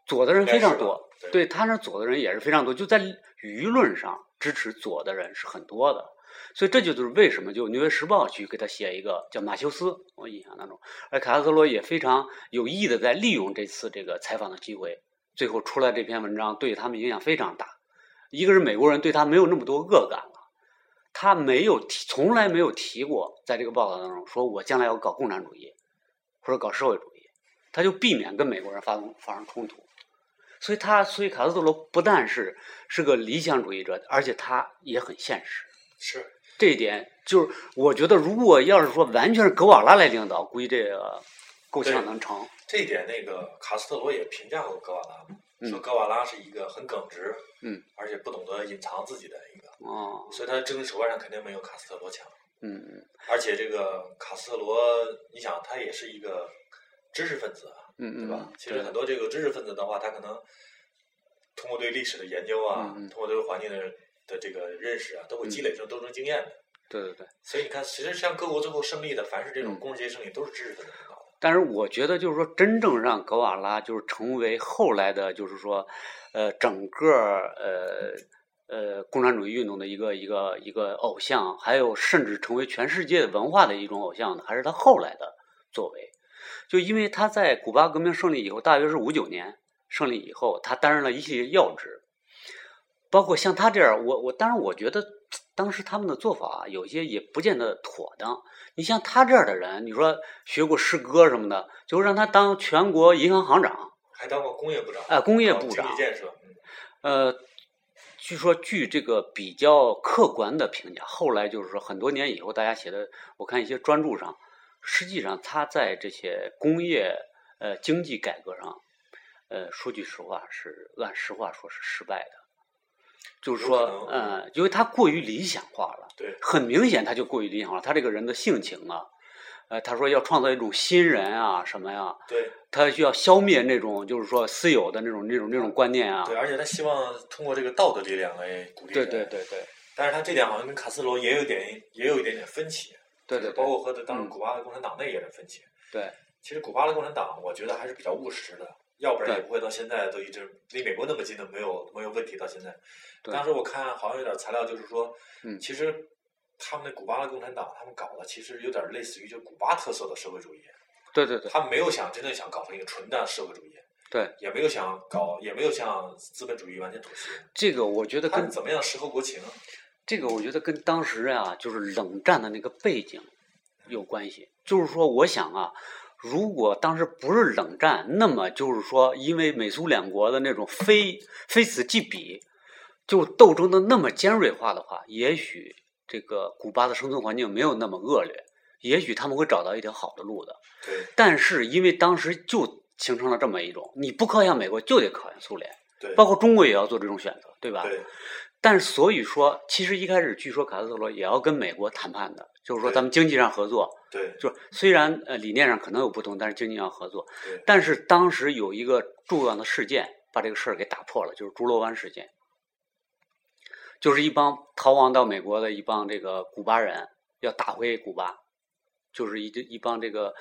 [SPEAKER 1] 左的人非常多，
[SPEAKER 2] 应该是吧
[SPEAKER 1] 对他那左的人也是非常多，就在舆论上支持左的人是很多的。所以这就是为什么就《纽约时报》去给他写一个叫马修斯，我印象当中，而卡斯特罗也非常有意的在利用这次这个采访的机会，最后出来这篇文章对他们影响非常大。一个是美国人对他没有那么多恶感了，他没有提，从来没有提过在这个报道当中说我将来要搞共产主义或者搞社会主义，他就避免跟美国人发生发生冲突。所以他，所以卡斯特罗不但是是个理想主义者，而且他也很现实。
[SPEAKER 2] 是
[SPEAKER 1] 这一点就是，我觉得如果要是说完全是格瓦拉来领导，估计这个够呛能成。
[SPEAKER 2] 这一点，那个卡斯特罗也评价过格瓦拉嘛，
[SPEAKER 1] 嗯
[SPEAKER 2] 说格瓦拉是一个很耿直，
[SPEAKER 1] 嗯，
[SPEAKER 2] 而且不懂得隐藏自己的一个，
[SPEAKER 1] 哦，
[SPEAKER 2] 所以他的政治手腕上肯定没有卡斯特罗强。
[SPEAKER 1] 嗯嗯
[SPEAKER 2] 而且这个卡斯特罗，你想他也是一个知识分子啊，
[SPEAKER 1] 嗯，
[SPEAKER 2] 对
[SPEAKER 1] 嗯
[SPEAKER 2] 吧？其实
[SPEAKER 1] 对
[SPEAKER 2] 很多这个知识分子的话，他可能通过对历史的研究啊，
[SPEAKER 1] 嗯嗯嗯
[SPEAKER 2] 通过对环境的的这个认识啊，都会积累成斗争经验的。
[SPEAKER 1] 对对对。
[SPEAKER 2] 所以你看，其实像各国最后胜利的，凡是这
[SPEAKER 1] 嗯
[SPEAKER 2] 种工人阶级胜利，都是知识分子领导的。
[SPEAKER 1] 但是我觉得，就是说，真正让格瓦拉就是成为后来的，就是说，呃，整个呃呃共产主义运动的一个一个一个偶像，还有甚至成为全世界文化的一种偶像的，还是他后来的作为。就因为他在古巴革命胜利以后，大约是五九年胜利以后，他担任了一系列要职，包括像他这样，我我当然我觉得当时他们的做法啊有些也不见得妥当。你像他这样的人，你说学过诗歌什么的，就让他当全国银行行长，
[SPEAKER 2] 还当过工业部长
[SPEAKER 1] 啊工业
[SPEAKER 2] 搞
[SPEAKER 1] 部
[SPEAKER 2] 经
[SPEAKER 1] 长
[SPEAKER 2] 济建设，嗯
[SPEAKER 1] 呃，据说据这个比较客观的评价，后来就是说很多年以后，大家写的，我看一些专著上，实际上他在这些工业呃经济改革上，呃，说句实话是按实话说是失败的，就是
[SPEAKER 2] 有可
[SPEAKER 1] 说，
[SPEAKER 2] 能嗯
[SPEAKER 1] 呃，因为他过于理想化了。
[SPEAKER 2] 对，
[SPEAKER 1] 很明显他就过于理想化，他这个人的性情啊，呃，他说要创造一种新人啊，什么呀，
[SPEAKER 2] 对
[SPEAKER 1] 他需要消灭那种就是说私有的那种那种那种观念啊，
[SPEAKER 2] 对，而且他希望通过这个道德力量来鼓励
[SPEAKER 1] 对
[SPEAKER 2] 人
[SPEAKER 1] 对对对
[SPEAKER 2] 但是他这点好像跟卡斯罗也有点也有一点点分歧，
[SPEAKER 1] 对对嗯
[SPEAKER 2] 包
[SPEAKER 1] 对
[SPEAKER 2] 括和当时古巴的共产党内也是分歧。
[SPEAKER 1] 对
[SPEAKER 2] 其实古巴的共产党，我觉得还是比较务实的，要不然也
[SPEAKER 1] 对
[SPEAKER 2] 不会到现在都一直离美国那么近的没有没有问题到现在。
[SPEAKER 1] 对
[SPEAKER 2] 当时我看好像有点材料，就是说，
[SPEAKER 1] 嗯
[SPEAKER 2] 其实他们的古巴的共产党，他们搞的其实有点类似于就古巴特色的社会主义，
[SPEAKER 1] 对对对
[SPEAKER 2] 他们没有想真正想搞成一个纯的社会主义，
[SPEAKER 1] 对，
[SPEAKER 2] 也没有想搞，也没有向资本主义完全妥协，
[SPEAKER 1] 这个我觉得
[SPEAKER 2] 他们
[SPEAKER 1] 呃跟
[SPEAKER 2] 怎么样适合国情？
[SPEAKER 1] 这个我觉得跟当时啊，就是冷战的那个背景有关系。就是说，我想啊，如果当时不是冷战，那么就是说，因为美苏两国的那种非非此即彼，就斗争的那么尖锐化的话，也许这个古巴的生存环境没有那么恶劣，也许他们会找到一条好的路的。
[SPEAKER 2] 对
[SPEAKER 1] 但是因为当时就形成了这么一种，你不靠向美国就得靠向苏联，
[SPEAKER 2] 对
[SPEAKER 1] 包括中国也要做这种选择，对吧？
[SPEAKER 2] 对
[SPEAKER 1] 但是所以说，其实一开始据说卡斯特罗也要跟美国谈判的，就是说
[SPEAKER 2] 对
[SPEAKER 1] 咱们经济上合作，
[SPEAKER 2] 对
[SPEAKER 1] 就是虽然呃理念上可能有不同，但是经济上合作。
[SPEAKER 2] 对
[SPEAKER 1] 但是当时有一个重要的事件把这个事儿给打破了，就是竹楼湾事件，就是一帮逃亡到美国的一帮这个古巴人要打回古巴，就是一一帮这个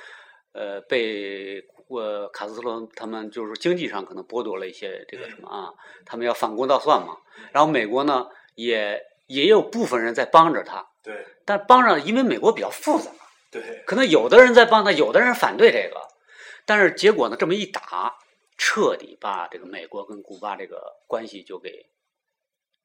[SPEAKER 1] 呃被呃卡斯特罗他们就是经济上可能剥夺了一些这个什么啊，他们要反攻倒算嘛。然后美国呢也也有部分人在帮着他，
[SPEAKER 2] 对
[SPEAKER 1] 但帮着因为美国比较复杂。
[SPEAKER 2] 对
[SPEAKER 1] 可能有的人在帮他，有的人反对这个，但是结果呢，这么一打，彻底把这个美国跟古巴这个关系就给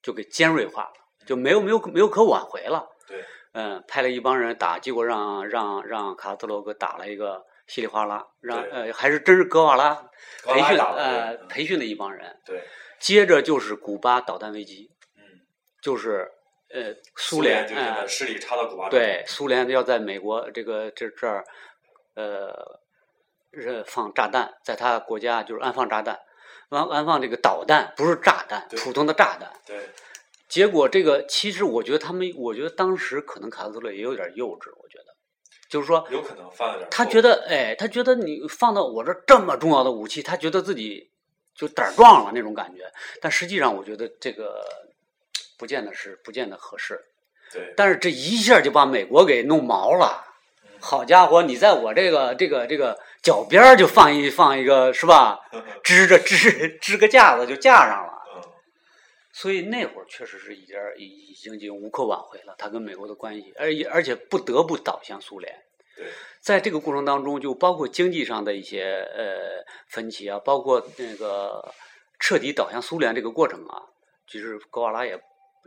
[SPEAKER 1] 就给尖锐化了，就没有没有没有可挽回了。
[SPEAKER 2] 对，
[SPEAKER 1] 嗯，派了一帮人打，结果让让让卡斯特罗给打了一个稀里哗啦，让
[SPEAKER 2] 对
[SPEAKER 1] 呃还是真是格瓦拉
[SPEAKER 2] 高
[SPEAKER 1] 培
[SPEAKER 2] 拉
[SPEAKER 1] 训
[SPEAKER 2] 打
[SPEAKER 1] 呃
[SPEAKER 2] 了对嗯
[SPEAKER 1] 培训的一帮人，
[SPEAKER 2] 对，
[SPEAKER 1] 接着就是古巴导弹危机，
[SPEAKER 2] 嗯，
[SPEAKER 1] 就是呃苏
[SPEAKER 2] 苏
[SPEAKER 1] 联
[SPEAKER 2] 就现
[SPEAKER 1] 呃
[SPEAKER 2] 在势力插到古巴中，
[SPEAKER 1] 对，苏联要在美国这个这这儿，呃，是放炸弹，在他国家就是安放炸弹，安安放这个导弹，不是炸弹，
[SPEAKER 2] 对
[SPEAKER 1] 普通的炸弹。
[SPEAKER 2] 对
[SPEAKER 1] 结果这个其实我觉得他们，我觉得当时可能卡斯特勒也有点幼稚，我觉得，就是说
[SPEAKER 2] 有可能犯了点错误。
[SPEAKER 1] 他觉得，哎，他觉得你放到我这儿这么重要的武器，他觉得自己就胆儿壮了那种感觉，但实际上我觉得这个不见得是不见得合适。
[SPEAKER 2] 对
[SPEAKER 1] 但是这一下就把美国给弄毛了。好家伙，你在我这个这个这个脚边儿就放一放一个是 吧？支着支支个架子就架上了。
[SPEAKER 2] 嗯，
[SPEAKER 1] 所以那会儿确实是已经已已经已经无可挽回了，他跟美国的关系，而而且不得不倒向苏联。
[SPEAKER 2] 对
[SPEAKER 1] 在这个过程当中，就包括经济上的一些呃分歧啊，包括那个彻底倒向苏联这个过程啊，其实格瓦拉也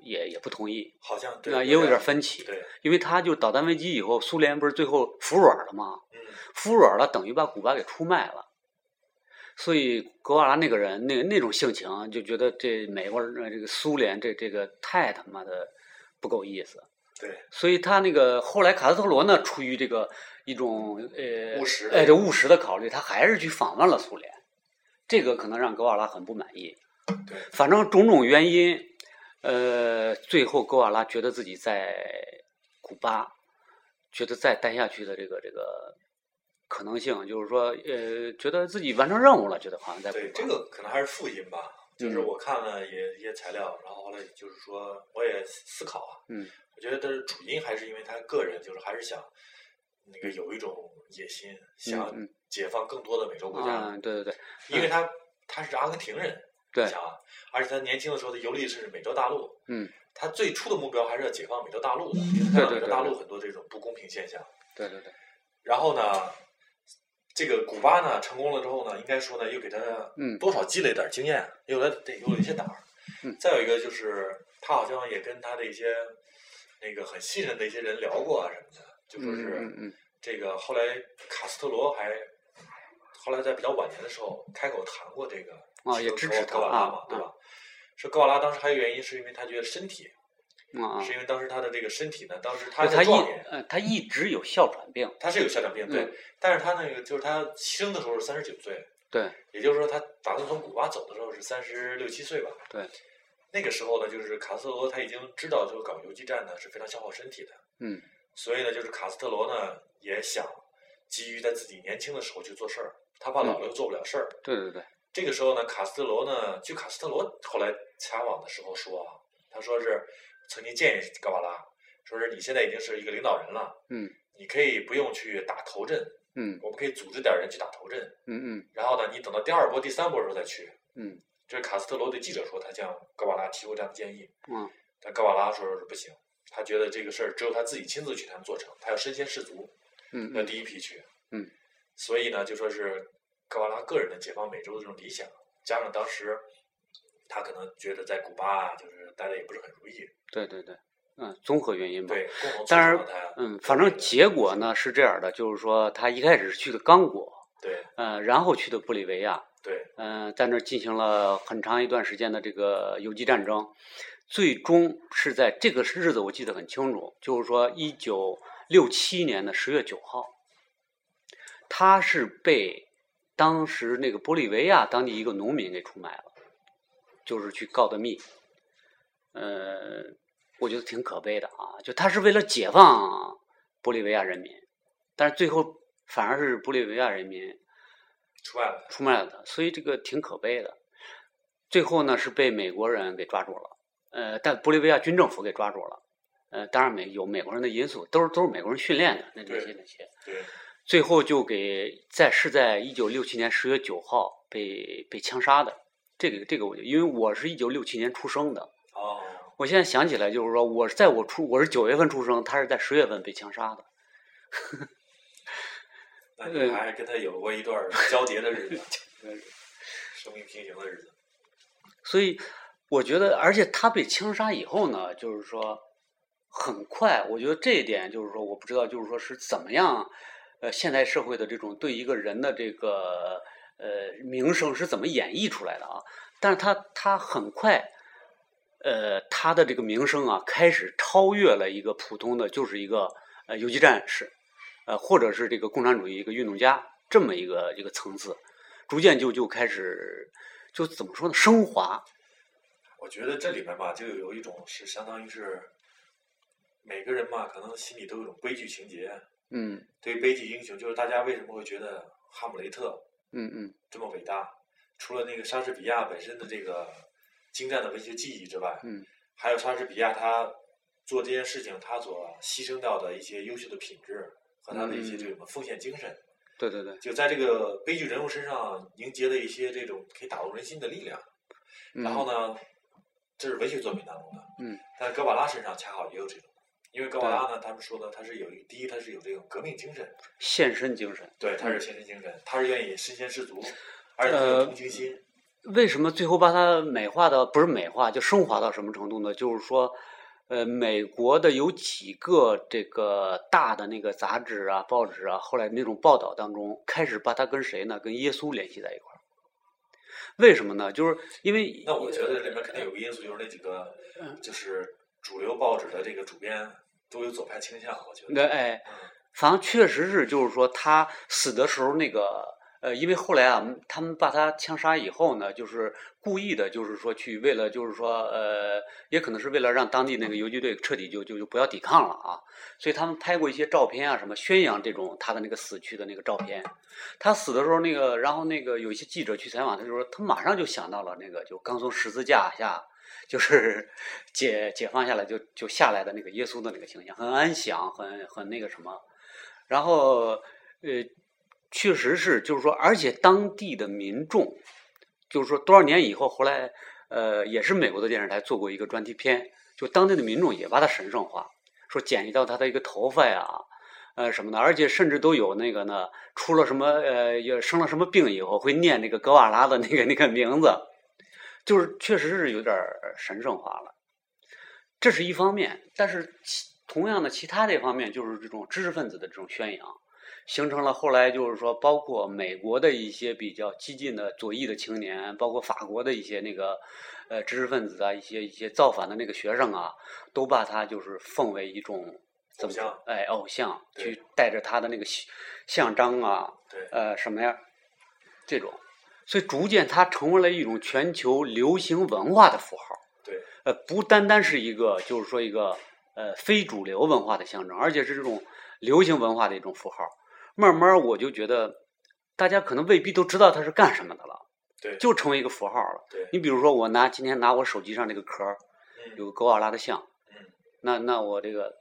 [SPEAKER 1] 也也不同意，
[SPEAKER 2] 好像对
[SPEAKER 1] 对吧？也有点分歧。
[SPEAKER 2] 对，
[SPEAKER 1] 因为他就导弹危机以后，苏联不是最后服软了吗？
[SPEAKER 2] 嗯，
[SPEAKER 1] 服软了等于把古巴给出卖了，所以格瓦拉那个人那那种性情啊就觉得这美国人呃这个苏联这这个太他妈的不够意思，
[SPEAKER 2] 对
[SPEAKER 1] 所以他那个后来卡斯特罗呢，出于这个一种呃
[SPEAKER 2] 务实
[SPEAKER 1] 哎这务实的考虑，他还是去访问了苏联，这个可能让格瓦拉很不满意。
[SPEAKER 2] 对
[SPEAKER 1] 反正种种原因，呃，最后格瓦拉觉得自己在古巴，觉得再待下去的这个这个可能性，就是说，呃，觉得自己完成任务了，觉得好像在古巴。
[SPEAKER 2] 对，这个可能还是负因吧。就是
[SPEAKER 1] 嗯
[SPEAKER 2] 我看了也一些材料，然后后来就是说我也思考啊，
[SPEAKER 1] 嗯，
[SPEAKER 2] 我觉得主因还是因为他个人就是还是想那个有一种野心，想
[SPEAKER 1] 嗯嗯
[SPEAKER 2] 解放更多的美洲国家，
[SPEAKER 1] 啊，对对对
[SPEAKER 2] 因为他他是阿根廷人，
[SPEAKER 1] 对
[SPEAKER 2] 你想啊，而且他年轻的时候他游历是美洲大陆，
[SPEAKER 1] 嗯，
[SPEAKER 2] 他最初的目标还是要解放美洲大陆的，因为他看到
[SPEAKER 1] 对对
[SPEAKER 2] 美洲
[SPEAKER 1] 对
[SPEAKER 2] 大
[SPEAKER 1] 对
[SPEAKER 2] 陆很多这种不公平现象。
[SPEAKER 1] 对对对，
[SPEAKER 2] 然后呢，这个古巴呢成功了之后呢，应该说呢又给他
[SPEAKER 1] 嗯
[SPEAKER 2] 多少积累点经验，又来得有了一些胆儿。
[SPEAKER 1] 嗯
[SPEAKER 2] 再有一个就是他好像也跟他的一些那个很信任的一些人聊过啊什么的，就说
[SPEAKER 1] 嗯嗯
[SPEAKER 2] 是
[SPEAKER 1] 嗯嗯，
[SPEAKER 2] 这个后来卡斯特罗还后来在比较晚年的时候开口谈过这个
[SPEAKER 1] 啊也支持
[SPEAKER 2] 格
[SPEAKER 1] 他
[SPEAKER 2] 瓦拉
[SPEAKER 1] 啊
[SPEAKER 2] 嘛，对
[SPEAKER 1] 啊
[SPEAKER 2] 吧？说格瓦拉当时还有原因，是因为他觉得身体，
[SPEAKER 1] 嗯啊，
[SPEAKER 2] 是因为当时他的这个身体呢，当时他
[SPEAKER 1] 就他
[SPEAKER 2] 在
[SPEAKER 1] 一
[SPEAKER 2] 壮年，
[SPEAKER 1] 呃他一直有哮喘病，
[SPEAKER 2] 他是有哮喘病，对
[SPEAKER 1] 嗯，
[SPEAKER 2] 但是他那个就是他牺牲的时候是三十九岁，
[SPEAKER 1] 对，
[SPEAKER 2] 也就是说他打算从古巴走的时候是三十六七岁吧，
[SPEAKER 1] 对，
[SPEAKER 2] 那个时候呢，就是卡斯特罗他已经知道，就是搞游击战呢是非常消耗身体的，
[SPEAKER 1] 嗯
[SPEAKER 2] 所以呢，就是卡斯特罗呢也想急于在自己年轻的时候去做事儿，他怕
[SPEAKER 1] 嗯
[SPEAKER 2] 老了又做不了事儿。
[SPEAKER 1] 对对对，
[SPEAKER 2] 这个时候呢，卡斯特罗呢，据卡斯特罗后来采访的时候说啊，他说是曾经建议格瓦拉，说是你现在已经是一个领导人了，
[SPEAKER 1] 嗯
[SPEAKER 2] 你可以不用去打头阵，
[SPEAKER 1] 嗯
[SPEAKER 2] 我们可以组织点人去打头阵，
[SPEAKER 1] 嗯嗯
[SPEAKER 2] 然后呢，你等到第二波、第三波的时候再去。
[SPEAKER 1] 嗯
[SPEAKER 2] 这是卡斯特罗对记者说，他向格瓦拉提过这样的建议，
[SPEAKER 1] 嗯
[SPEAKER 2] 但格瓦拉说是不行，他觉得这个事儿只有他自己亲自去才能做成，他要身先士卒。
[SPEAKER 1] 嗯
[SPEAKER 2] 那
[SPEAKER 1] 嗯
[SPEAKER 2] 第一批去。
[SPEAKER 1] 嗯，
[SPEAKER 2] 所以呢，就说是格瓦拉个人的解放美洲的这种理想，加上当时他可能觉得在古巴啊，就是待的也不是很如意，
[SPEAKER 1] 对对对，嗯，综合原因吧。
[SPEAKER 2] 对，共同促
[SPEAKER 1] 当然
[SPEAKER 2] 成了他，
[SPEAKER 1] 嗯，反正结果呢是这样的，就是说他一开始是去的刚果，
[SPEAKER 2] 对
[SPEAKER 1] 呃，然后去的玻利维亚，
[SPEAKER 2] 对
[SPEAKER 1] 嗯、在那儿进行了很长一段时间的这个游击战争，最终是在这个日子我记得很清楚，就是说一九六七年的十月九号，他是被当时那个玻利维亚当地一个农民给出卖了，就是去告的密，呃，我觉得挺可悲的啊，就他是为了解放玻利维亚人民，但是最后反而是玻利维亚人民
[SPEAKER 2] 出卖了他，
[SPEAKER 1] 出卖了他，所以这个挺可悲的。最后呢是被美国人给抓住了，呃，但玻利维亚军政府给抓住了，呃，当然美有美国人的因素，都是都是美国人训练的那那些那些，
[SPEAKER 2] 对
[SPEAKER 1] 最后就给在是在一九六七年十月九号被被枪杀的。这个这个我就因为我是一九六七年出生的，
[SPEAKER 2] 哦，
[SPEAKER 1] 我现在想起来就是说我是在我出我是九月份出生，他是在十月份被枪杀的。
[SPEAKER 2] 那你还跟他有过一段交叠的日子，生命平行的日子，
[SPEAKER 1] 所以我觉得，而且他被枪杀以后呢，就是说很快，我觉得这一点就是说，我不知道就是说是怎么样，呃，现代社会的这种对一个人的这个呃名声是怎么演绎出来的啊？但是他他很快。呃，他的这个名声啊，开始超越了一个普通的，就是一个呃游击战士，呃，或者是这个共产主义一个运动家这么一个一个层次，逐渐就就开始就怎么说呢，升华。
[SPEAKER 2] 我觉得这里面吧，就有一种是相当于是每个人嘛，可能心里都有一种悲剧情节，
[SPEAKER 1] 嗯
[SPEAKER 2] 对悲剧英雄，就是大家为什么会觉得哈姆雷特
[SPEAKER 1] 嗯嗯
[SPEAKER 2] 这么伟大，除了那个莎士比亚本身的这个精湛的文学技艺之外，
[SPEAKER 1] 嗯，
[SPEAKER 2] 还有莎士比亚他做这件事情他所牺牲掉的一些优秀的品质和他的一些这种奉献精神，
[SPEAKER 1] 对对对，
[SPEAKER 2] 就在这个悲剧人物身上凝结了一些这种可以打动人心的力量。
[SPEAKER 1] 嗯
[SPEAKER 2] 然后呢，这是文学作品当中的，
[SPEAKER 1] 嗯，
[SPEAKER 2] 但是格瓦拉身上恰好也有这种，因为格瓦拉呢，他们说呢，他是有一第一，他是有这种革命精神，
[SPEAKER 1] 献身精神。
[SPEAKER 2] 对，他是献身精神，他是愿意身先士卒，而且
[SPEAKER 1] 嗯
[SPEAKER 2] 他
[SPEAKER 1] 呃
[SPEAKER 2] 有同情心。
[SPEAKER 1] 为什么最后把它美化到不是美化，就升华到什么程度呢？就是说，呃，美国的有几个这个大的那个杂志啊、报纸啊，后来那种报道当中，开始把它跟谁呢？跟耶稣联系在一块儿。为什么呢？就是因为
[SPEAKER 2] 那我觉得这里面肯定有个因素，就是那几个
[SPEAKER 1] 嗯
[SPEAKER 2] 就是主流报纸的这个主编都有左派倾向，我觉
[SPEAKER 1] 那
[SPEAKER 2] 得。嗯
[SPEAKER 1] 哎，反正确实是，就是说他死的时候那个呃，因为后来啊，他们把他枪杀以后呢，就是故意的，就是说去为了，就是说呃，也可能是为了让当地那个游击队彻底就就就不要抵抗了啊，所以他们拍过一些照片啊，什么宣扬这种他的那个死去的那个照片。他死的时候，那个然后那个有一些记者去采访，他就说他马上就想到了那个就刚从十字架下。就是解解放下来就就下来的那个耶稣的那个形象，很安详，很很那个什么。然后呃，确实是，就是说，而且当地的民众，就是说多少年以后，后来呃，也是美国的电视台做过一个专题片，就当地的民众也把它神圣化，说剪辑到他的一个头发呀。呃，什么的，而且甚至都有那个呢，出了什么呃，也生了什么病以后，会念那个格瓦拉的那个那个名字，就是确实是有点儿神圣化了，这是一方面。但是其同样的，其他的一方面就是这种知识分子的这种宣扬，形成了后来就是说，包括美国的一些比较激进的左翼的青年，包括法国的一些那个呃知识分子啊，一些一些造反的那个学生啊，都把他就是奉为一种怎么
[SPEAKER 2] 偶像
[SPEAKER 1] 说？哎，偶像，
[SPEAKER 2] 对
[SPEAKER 1] 去带着他的那个像像章啊，
[SPEAKER 2] 对，
[SPEAKER 1] 呃，什么呀，这种，所以逐渐它成为了一种全球流行文化的符号。
[SPEAKER 2] 对，
[SPEAKER 1] 呃，不单单是一个，就是说一个呃非主流文化的象征，而且是这种流行文化的一种符号。慢慢儿我就觉得，大家可能未必都知道它是干什么的了，
[SPEAKER 2] 对，
[SPEAKER 1] 就成为一个符号了。
[SPEAKER 2] 对，
[SPEAKER 1] 你比如说，我拿今天拿我手机上这个壳儿有
[SPEAKER 2] 嗯
[SPEAKER 1] 个格瓦拉的像，
[SPEAKER 2] 嗯，
[SPEAKER 1] 那那我这个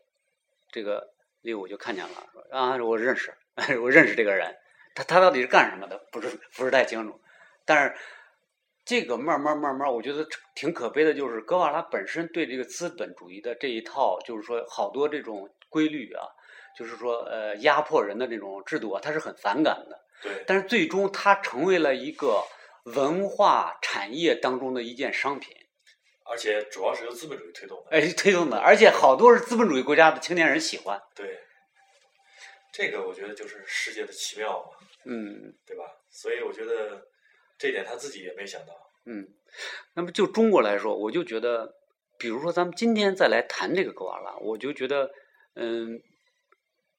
[SPEAKER 1] 这个猎物就看见了，说啊，我认识， 我认识这个人，他他到底是干什么的，不是不是太清楚。但是这个慢慢慢慢，我觉得挺可悲的，就是格瓦拉本身对这个资本主义的这一套，就是说好多这种规律啊，就是说呃压迫人的这种制度啊，他是很反感的。
[SPEAKER 2] 对，
[SPEAKER 1] 但是最终，它成为了一个文化产业当中的一件商品。
[SPEAKER 2] 而且主要是由资本主义推动的。
[SPEAKER 1] 哎，推动的，而且好多是资本主义国家的青年人喜欢。
[SPEAKER 2] 对，这个我觉得就是世界的奇妙嘛，
[SPEAKER 1] 嗯
[SPEAKER 2] 对吧？所以我觉得这一点他自己也没想到。
[SPEAKER 1] 嗯，那么就中国来说，我就觉得，比如说咱们今天再来谈这个格瓦拉，我就觉得，嗯，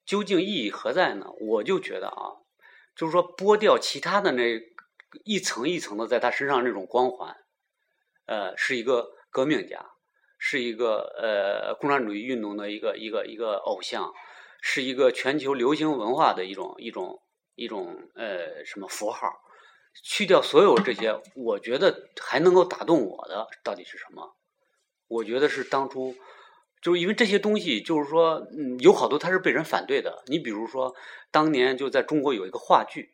[SPEAKER 1] 究竟意义何在呢？我就觉得啊，就是说剥掉其他的那一层一层的在他身上那种光环，呃，是一个革命家，是一个呃共产主义运动的一个一个一个偶像，是一个全球流行文化的一种一种一种呃什么符号。去掉所有这些，我觉得还能够打动我的到底是什么？我觉得是当初，就是因为这些东西，就是说，嗯，有好多它是被人反对的。你比如说，当年就在中国有一个话剧，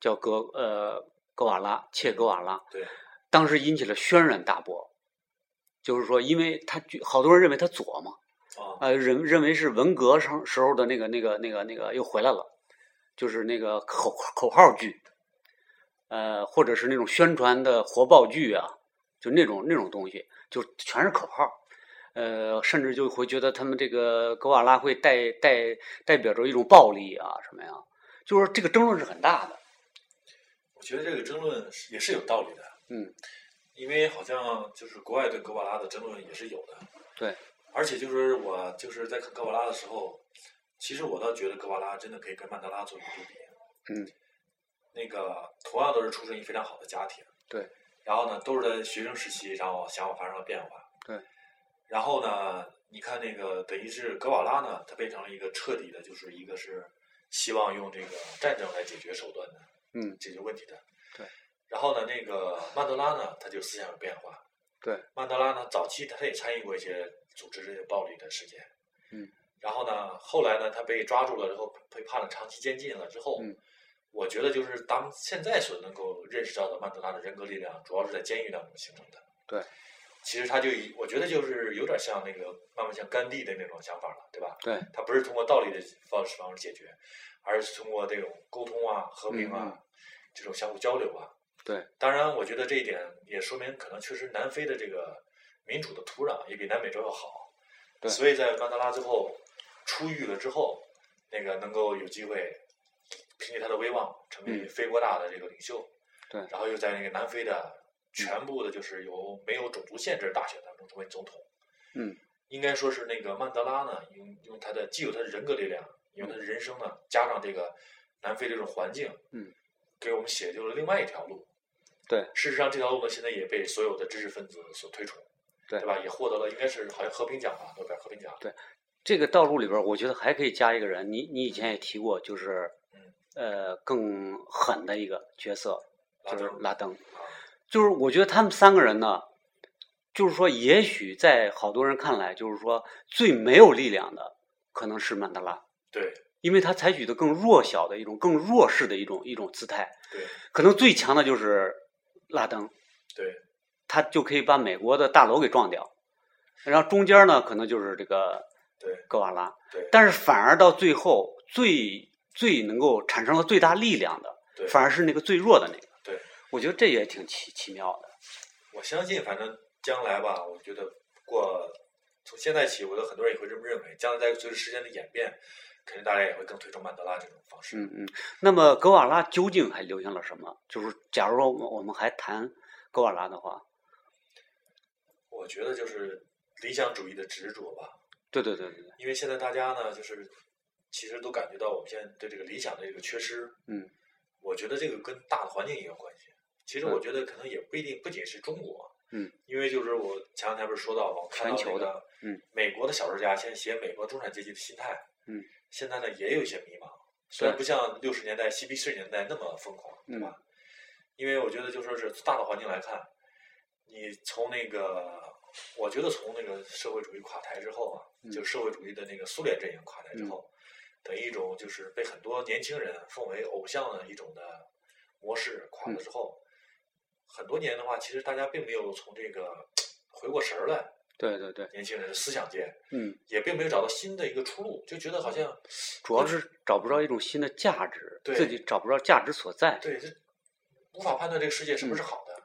[SPEAKER 1] 叫格呃格瓦拉切格瓦拉，
[SPEAKER 2] 对，
[SPEAKER 1] 当时引起了轩然大波，就是说，因为他就好多人认为他左嘛，
[SPEAKER 2] 啊，
[SPEAKER 1] 呃，认认为是文革上时候的那个那个那个那个又回来了，就是那个口口号剧，呃，或者是那种宣传的活报剧啊，就那种那种东西，就全是口号。呃，甚至就会觉得他们这个格瓦拉会代代代表着一种暴力啊什么呀，就是这个争论是很大的。
[SPEAKER 2] 我觉得这个争论是也是有道理的。
[SPEAKER 1] 嗯，
[SPEAKER 2] 因为好像就是国外对格瓦拉的争论也是有的。
[SPEAKER 1] 对，
[SPEAKER 2] 而且就是我就是在看格瓦拉的时候，其实我倒觉得格瓦拉真的可以跟曼德拉做一个对比。
[SPEAKER 1] 嗯，
[SPEAKER 2] 那个同样都是出身于非常好的家庭。
[SPEAKER 1] 对。
[SPEAKER 2] 然后呢，都是在学生时期，然后想法发生了变化。
[SPEAKER 1] 对。
[SPEAKER 2] 然后呢，你看那个等于是格瓦拉呢，他变成了一个彻底的，就是一个是希望用这个战争来解决手段的。
[SPEAKER 1] 嗯，
[SPEAKER 2] 解决问题的。
[SPEAKER 1] 对。
[SPEAKER 2] 然后呢，那个曼德拉呢，他就思想有变化。
[SPEAKER 1] 对。
[SPEAKER 2] 曼德拉呢，早期他也参与过一些组织这些暴力的事件。
[SPEAKER 1] 嗯。
[SPEAKER 2] 然后呢，后来呢，他被抓住了之后，被判了长期监禁了之后，
[SPEAKER 1] 嗯
[SPEAKER 2] 我觉得就是咱们现在所能够认识到的曼德拉的人格力量，主要是在监狱当中形成的。
[SPEAKER 1] 对。
[SPEAKER 2] 其实他就以，我觉得就是有点像那个慢慢像甘地的那种想法了，对吧？
[SPEAKER 1] 对，
[SPEAKER 2] 他不是通过道理的方式方式解决，而是通过这种沟通啊、和平啊、
[SPEAKER 1] 嗯嗯
[SPEAKER 2] 这种相互交流啊。
[SPEAKER 1] 对，
[SPEAKER 2] 当然，我觉得这一点也说明，可能确实南非的这个民主的土壤也比南美洲要好。
[SPEAKER 1] 对
[SPEAKER 2] 所以在曼德拉最后出狱了之后，那个能够有机会凭借他的威望成为
[SPEAKER 1] 嗯
[SPEAKER 2] 非国大的这个领袖。
[SPEAKER 1] 对嗯
[SPEAKER 2] 然后又在那个南非的全部的就是由没有种族限制的大选当中成为总统。
[SPEAKER 1] 嗯，
[SPEAKER 2] 应该说是那个曼德拉呢，用用他的既有他的人格力量，有他的人生呢，加上这个南非这种环境，
[SPEAKER 1] 嗯，
[SPEAKER 2] 给我们写就了另外一条路。
[SPEAKER 1] 对
[SPEAKER 2] 事实上这条路呢，现在也被所有的知识分子所推崇，
[SPEAKER 1] 对
[SPEAKER 2] 吧？也获得了应该是好像和平奖吧，诺贝尔和平奖。
[SPEAKER 1] 这个道路里边儿，我觉得还可以加一个人。你你以前也提过，就是
[SPEAKER 2] 嗯，
[SPEAKER 1] 呃，更狠的一个角色，
[SPEAKER 2] 拉
[SPEAKER 1] 就是
[SPEAKER 2] 登
[SPEAKER 1] 拉登。
[SPEAKER 2] 啊，
[SPEAKER 1] 就是我觉得他们三个人呢，就是说，也许在好多人看来，就是说最没有力量的可能是曼德拉，
[SPEAKER 2] 对
[SPEAKER 1] 因为他采取的更弱小的一种、更弱势的一种一种姿态。
[SPEAKER 2] 对
[SPEAKER 1] 可能最强的就是拉登，
[SPEAKER 2] 对
[SPEAKER 1] 他就可以把美国的大楼给撞掉。然后中间呢，可能就是这个
[SPEAKER 2] 对
[SPEAKER 1] 格瓦拉。
[SPEAKER 2] 对，
[SPEAKER 1] 但是反而到最后最最能够产生了最大力量的，
[SPEAKER 2] 对
[SPEAKER 1] 反而是那个最弱的那个。
[SPEAKER 2] 对，
[SPEAKER 1] 我觉得这也挺奇奇妙的。
[SPEAKER 2] 我相信，反正将来吧，我觉得过从现在起，我觉得很多人也会这么认为。将来在随着时间的演变，肯定大家也会更推崇曼德拉这种方式。
[SPEAKER 1] 嗯嗯。那么格瓦拉究竟还留下了什么？就是假如说我们我们还谈格瓦拉的话，
[SPEAKER 2] 我觉得就是理想主义的执着吧，
[SPEAKER 1] 对对对对对，
[SPEAKER 2] 因为现在大家呢，就是其实都感觉到我们现在对这个理想的这个缺失。
[SPEAKER 1] 嗯
[SPEAKER 2] 我觉得这个跟大的环境也有关系。其实我
[SPEAKER 1] 嗯
[SPEAKER 2] 觉得可能也不一定，不仅是中国。
[SPEAKER 1] 嗯，
[SPEAKER 2] 因为就是我前两天不是说到嘛，我看到
[SPEAKER 1] 全球
[SPEAKER 2] 那
[SPEAKER 1] 的
[SPEAKER 2] 个
[SPEAKER 1] 嗯，
[SPEAKER 2] 美国的小说家现在写美国中产阶级的心态，
[SPEAKER 1] 嗯，
[SPEAKER 2] 现在呢也有一些迷茫，虽然
[SPEAKER 1] 对嗯
[SPEAKER 2] 不像六十年代、七七十年代那么疯狂，对吧？因为我觉得就说是大的环境来看，你从那个，我觉得从那个社会主义垮台之后啊，
[SPEAKER 1] 嗯
[SPEAKER 2] 就社会主义的那个苏联阵营垮台之后，的一种就是被很多年轻人奉为偶像的一种的模式垮
[SPEAKER 1] 嗯
[SPEAKER 2] 了之后，很多年的话，其实大家并没有从这个回过神儿来，
[SPEAKER 1] 对对对，
[SPEAKER 2] 年轻人的思想界
[SPEAKER 1] 嗯，
[SPEAKER 2] 也并没有找到新的一个出路，就觉得好像
[SPEAKER 1] 主要是找不着一种新的价值，
[SPEAKER 2] 对
[SPEAKER 1] 自己找不着价值所在。
[SPEAKER 2] 对这无法判断这个世界什么是好的。
[SPEAKER 1] 嗯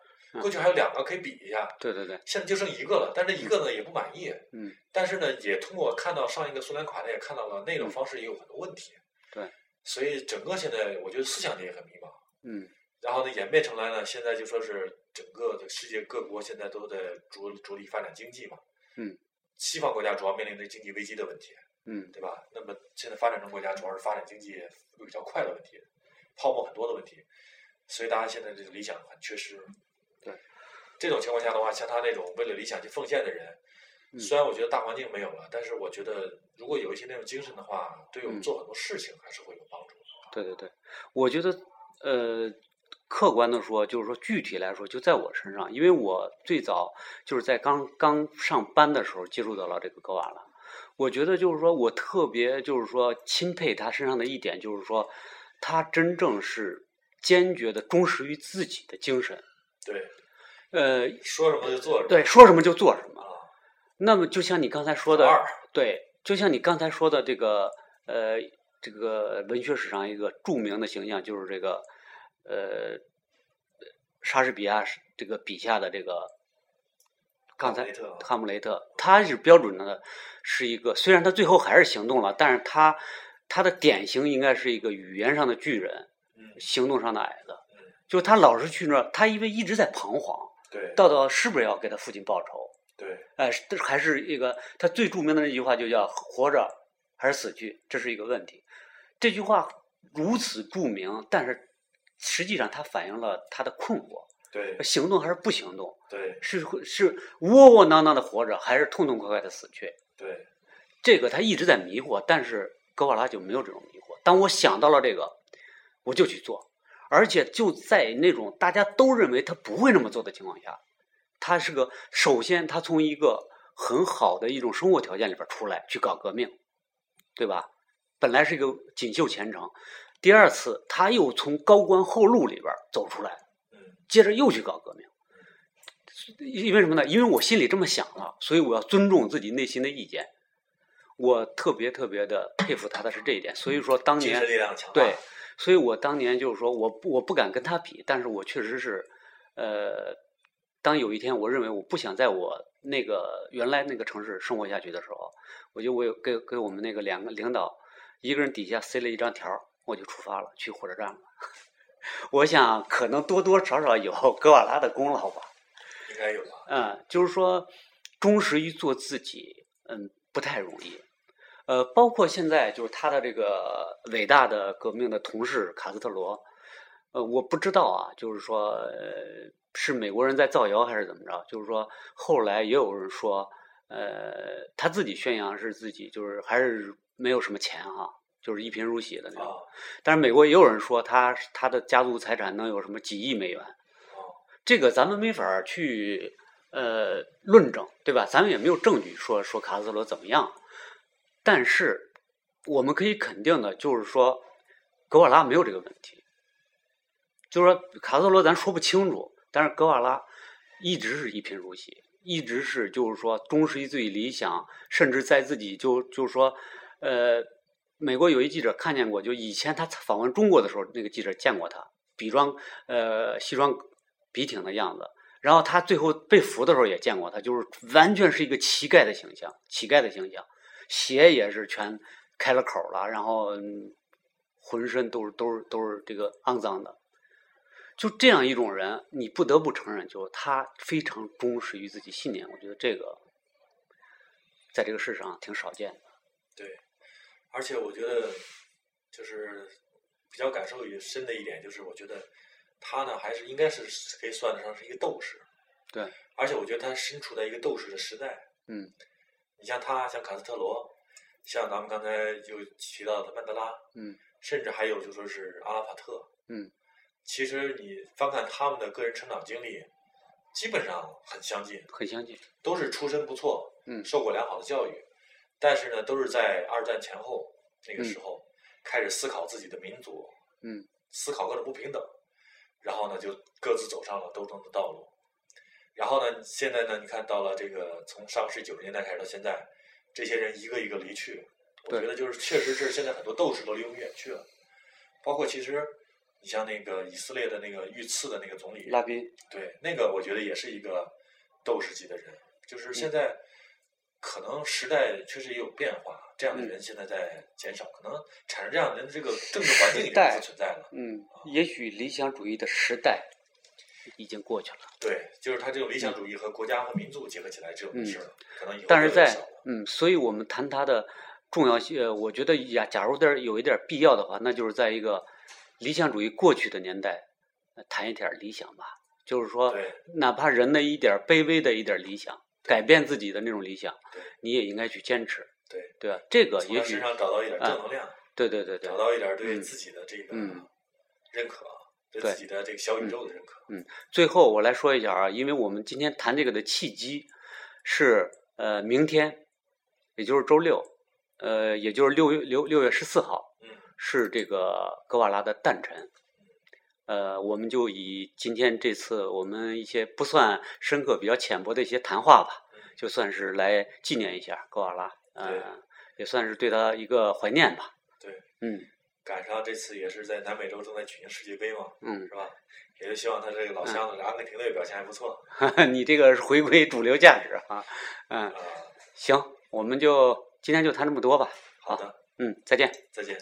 [SPEAKER 2] 过去还有两个可以比一下，
[SPEAKER 1] 对对对，
[SPEAKER 2] 现在就剩一个了，但这一个呢也不满意。
[SPEAKER 1] 嗯，
[SPEAKER 2] 但是呢，也通过看到上一个苏联垮台，也看到了那种
[SPEAKER 1] 嗯
[SPEAKER 2] 方式也有很多问题。
[SPEAKER 1] 对，
[SPEAKER 2] 所以整个现在我觉得思想界也很迷茫。
[SPEAKER 1] 嗯
[SPEAKER 2] 然后呢，演变成来呢，现在就说是整个的世界各国现在都在着着力发展经济嘛。
[SPEAKER 1] 嗯，
[SPEAKER 2] 西方国家主要面临的经济危机的问题，
[SPEAKER 1] 嗯，
[SPEAKER 2] 对吧？那么现在发展中国家主要是发展经济比较快的问题，泡沫很多的问题，所以大家现在这个理想很缺失。
[SPEAKER 1] 对，
[SPEAKER 2] 这种情况下的话，像他那种为了理想去奉献的人，
[SPEAKER 1] 嗯
[SPEAKER 2] 虽然我觉得大环境没有了，但是我觉得如果有一些那种精神的话，对我们
[SPEAKER 1] 嗯
[SPEAKER 2] 做很多事情还是会有帮助的。
[SPEAKER 1] 对对对，我觉得呃，客观的说，就是说具体来说，就在我身上，因为我最早就是在刚刚上班的时候接触到了这个格瓦拉。我觉得就是说我特别就是说钦佩他身上的一点，就是说他真正是坚决的忠实于自己的精神。
[SPEAKER 2] 对，
[SPEAKER 1] 呃，
[SPEAKER 2] 说什么就做什么。
[SPEAKER 1] 对，说什么就做什么。
[SPEAKER 2] 啊，
[SPEAKER 1] 那么就像你刚才说
[SPEAKER 2] 老
[SPEAKER 1] 的，
[SPEAKER 2] 二，
[SPEAKER 1] 对，就像你刚才说的这个呃，这个文学史上一个著名的形象就是这个呃，莎士比亚是这个笔下的这个刚
[SPEAKER 2] 哈姆
[SPEAKER 1] 才
[SPEAKER 2] 雷特啊
[SPEAKER 1] 哈姆雷特，他是标准的是一个，虽然他最后还是行动了，但是他他的典型应该是一个语言上的巨人，
[SPEAKER 2] 嗯，
[SPEAKER 1] 行动上的矮子
[SPEAKER 2] 嗯。
[SPEAKER 1] 就他老是去那儿，他因为一直在彷徨，
[SPEAKER 2] 对，
[SPEAKER 1] 到底是不是要给他父亲报仇？
[SPEAKER 2] 对，
[SPEAKER 1] 哎，是还是一个他最著名的那句话就叫“活着还是死去”，这是一个问题。这句话如此著名，但是实际上它反映了他的困惑：
[SPEAKER 2] 对，
[SPEAKER 1] 行动还是不行动？
[SPEAKER 2] 对，
[SPEAKER 1] 是会是窝窝囊囊的活着，还是痛痛快快的死去？
[SPEAKER 2] 对，
[SPEAKER 1] 这个他一直在迷惑，但是格瓦拉就没有这种迷惑。当我想到了这个，我就去做，而且就在那种大家都认为他不会那么做的情况下，他是个首先他从一个很好的一种生活条件里边出来去搞革命，对吧？本来是一个锦绣前程，第二次他又从高官厚禄里边走出来，
[SPEAKER 2] 嗯，
[SPEAKER 1] 接着又去搞革命。因为什么呢？因为我心里这么想了，所以我要尊重自己内心的意见。我特别特别的佩服他的是这一点，所以说当
[SPEAKER 2] 精
[SPEAKER 1] 年
[SPEAKER 2] 神力量强大。
[SPEAKER 1] 对，所以我当年就是说，我不我不敢跟他比，但是我确实是，呃，当有一天我认为我不想在我那个原来那个城市生活下去的时候，我就我有给给我们那个两个领导一个人底下塞了一张条儿，我就出发了，去火车站了。 我想可能多多少少有 格瓦拉的功劳吧。
[SPEAKER 2] 应该有吧？
[SPEAKER 1] 嗯，就是说忠实于做自己，嗯，不太容易。呃，包括现在就是他的这个伟大的革命的同事卡斯特罗，呃，我不知道啊，就是说，呃，是美国人在造谣还是怎么着？就是说，后来也有人说，呃，他自己宣扬是自己就是还是没有什么钱哈、就是一贫如洗的那种。
[SPEAKER 2] 啊，
[SPEAKER 1] 但是美国也有人说他他的家族财产能有什么几亿美元，这个咱们没法儿去呃论证，对吧？咱们也没有证据说说卡斯特罗怎么样，但是我们可以肯定的就是说，格瓦拉没有这个问题，就是说卡斯特罗咱说不清楚，但是格瓦拉一直是一贫如洗，一直是就是说忠实于自己理想，甚至在自己就就是说呃。美国有一记者看见过，就以前他访问中国的时候，那个记者见过他，比装呃西装笔挺的样子。然后他最后被俘的时候也见过他，就是完全是一个乞丐的形象，乞丐的形象，鞋也是全开了口儿了，然后嗯浑身都是都是都是这个肮脏的。就这样一种人，你不得不承认，就是他非常忠实于自己信念。我觉得这个在这个世上挺少见的。
[SPEAKER 2] 对，而且我觉得就是比较感受也深的一点，就是我觉得他呢还是应该是可以算得上是一个斗士，
[SPEAKER 1] 对，
[SPEAKER 2] 而且我觉得他身处在一个斗士的时代。
[SPEAKER 1] 嗯，
[SPEAKER 2] 你像他，像卡斯特罗，像咱们刚才又提到的曼德拉，
[SPEAKER 1] 嗯，
[SPEAKER 2] 甚至还有就说是阿拉法特，
[SPEAKER 1] 嗯，
[SPEAKER 2] 其实你翻看他们的个人成长经历，基本上很相近，
[SPEAKER 1] 很相近。
[SPEAKER 2] 都是出身不错，
[SPEAKER 1] 嗯
[SPEAKER 2] 受过良好的教育，但是呢，都是在二战前后那个时候、开始思考自己的民族，
[SPEAKER 1] 嗯，
[SPEAKER 2] 思考各种不平等，然后呢，就各自走上了斗争的道路。然后呢，现在呢，你看到了这个从上世纪九十年代开始到现在，这些人一个一个离去，我
[SPEAKER 1] 对
[SPEAKER 2] 觉得就是确实是现在很多斗士都离我们远去了，包括其实你像那个以色列的那个遇刺的那个总理
[SPEAKER 1] 拉宾，
[SPEAKER 2] 对，那个我觉得也是一个斗士级的人，就是
[SPEAKER 1] 嗯
[SPEAKER 2] 现在可能时代确实也有变化，
[SPEAKER 1] 嗯
[SPEAKER 2] 这样的人现在在减少，可能产生这样的人的这个政治环境已经不
[SPEAKER 1] 代
[SPEAKER 2] 复存在了。
[SPEAKER 1] 嗯，也许理想主义的时代已经过去了，
[SPEAKER 2] 对，就是他这种理想主义和国家和民族结合起来这种事儿，可能以后
[SPEAKER 1] 嗯但是
[SPEAKER 2] 越来越
[SPEAKER 1] 在
[SPEAKER 2] 少了
[SPEAKER 1] 嗯，所以我们谈它的重要性，呃我觉得呀，假如点儿有一点儿必要的话，那就是在一个理想主义过去的年代，呃谈一点儿理想吧，就是说，
[SPEAKER 2] 对
[SPEAKER 1] 哪怕人的一点儿卑微的一点儿理想，改变自己的那种理想
[SPEAKER 2] 对，
[SPEAKER 1] 你也应该去坚持，
[SPEAKER 2] 对，
[SPEAKER 1] 对吧？这个呃
[SPEAKER 2] 从
[SPEAKER 1] 也
[SPEAKER 2] 他身
[SPEAKER 1] 许，
[SPEAKER 2] 上找到一点正能量，
[SPEAKER 1] 对对对对
[SPEAKER 2] 找，到一点对
[SPEAKER 1] 嗯
[SPEAKER 2] 自己的这个
[SPEAKER 1] 嗯
[SPEAKER 2] 认可，对
[SPEAKER 1] 对嗯
[SPEAKER 2] 自己的这个小宇宙的认可。
[SPEAKER 1] 最后我来说一下啊，因为我们今天谈这个的契机是呃明天，也就是周六，呃也就是六月六六月十四号
[SPEAKER 2] 嗯，
[SPEAKER 1] 是这个格瓦拉的诞辰，呃我们就以今天这次我们一些不算深刻、比较浅薄的一些谈话吧，就算是来纪念一下格瓦拉，
[SPEAKER 2] 嗯对
[SPEAKER 1] 呃也算是对他一个怀念吧。
[SPEAKER 2] 对，
[SPEAKER 1] 嗯
[SPEAKER 2] 赶上这次也是在南美洲正在举行世界杯嘛，
[SPEAKER 1] 嗯
[SPEAKER 2] 是吧？也就希望他这个老乡子阿根廷队表现还不错，
[SPEAKER 1] 你这个是回归主流价值啊，嗯。
[SPEAKER 2] 啊。
[SPEAKER 1] 行，我们就今天就谈这么多吧。
[SPEAKER 2] 好的，
[SPEAKER 1] 嗯，再见。
[SPEAKER 2] 再见。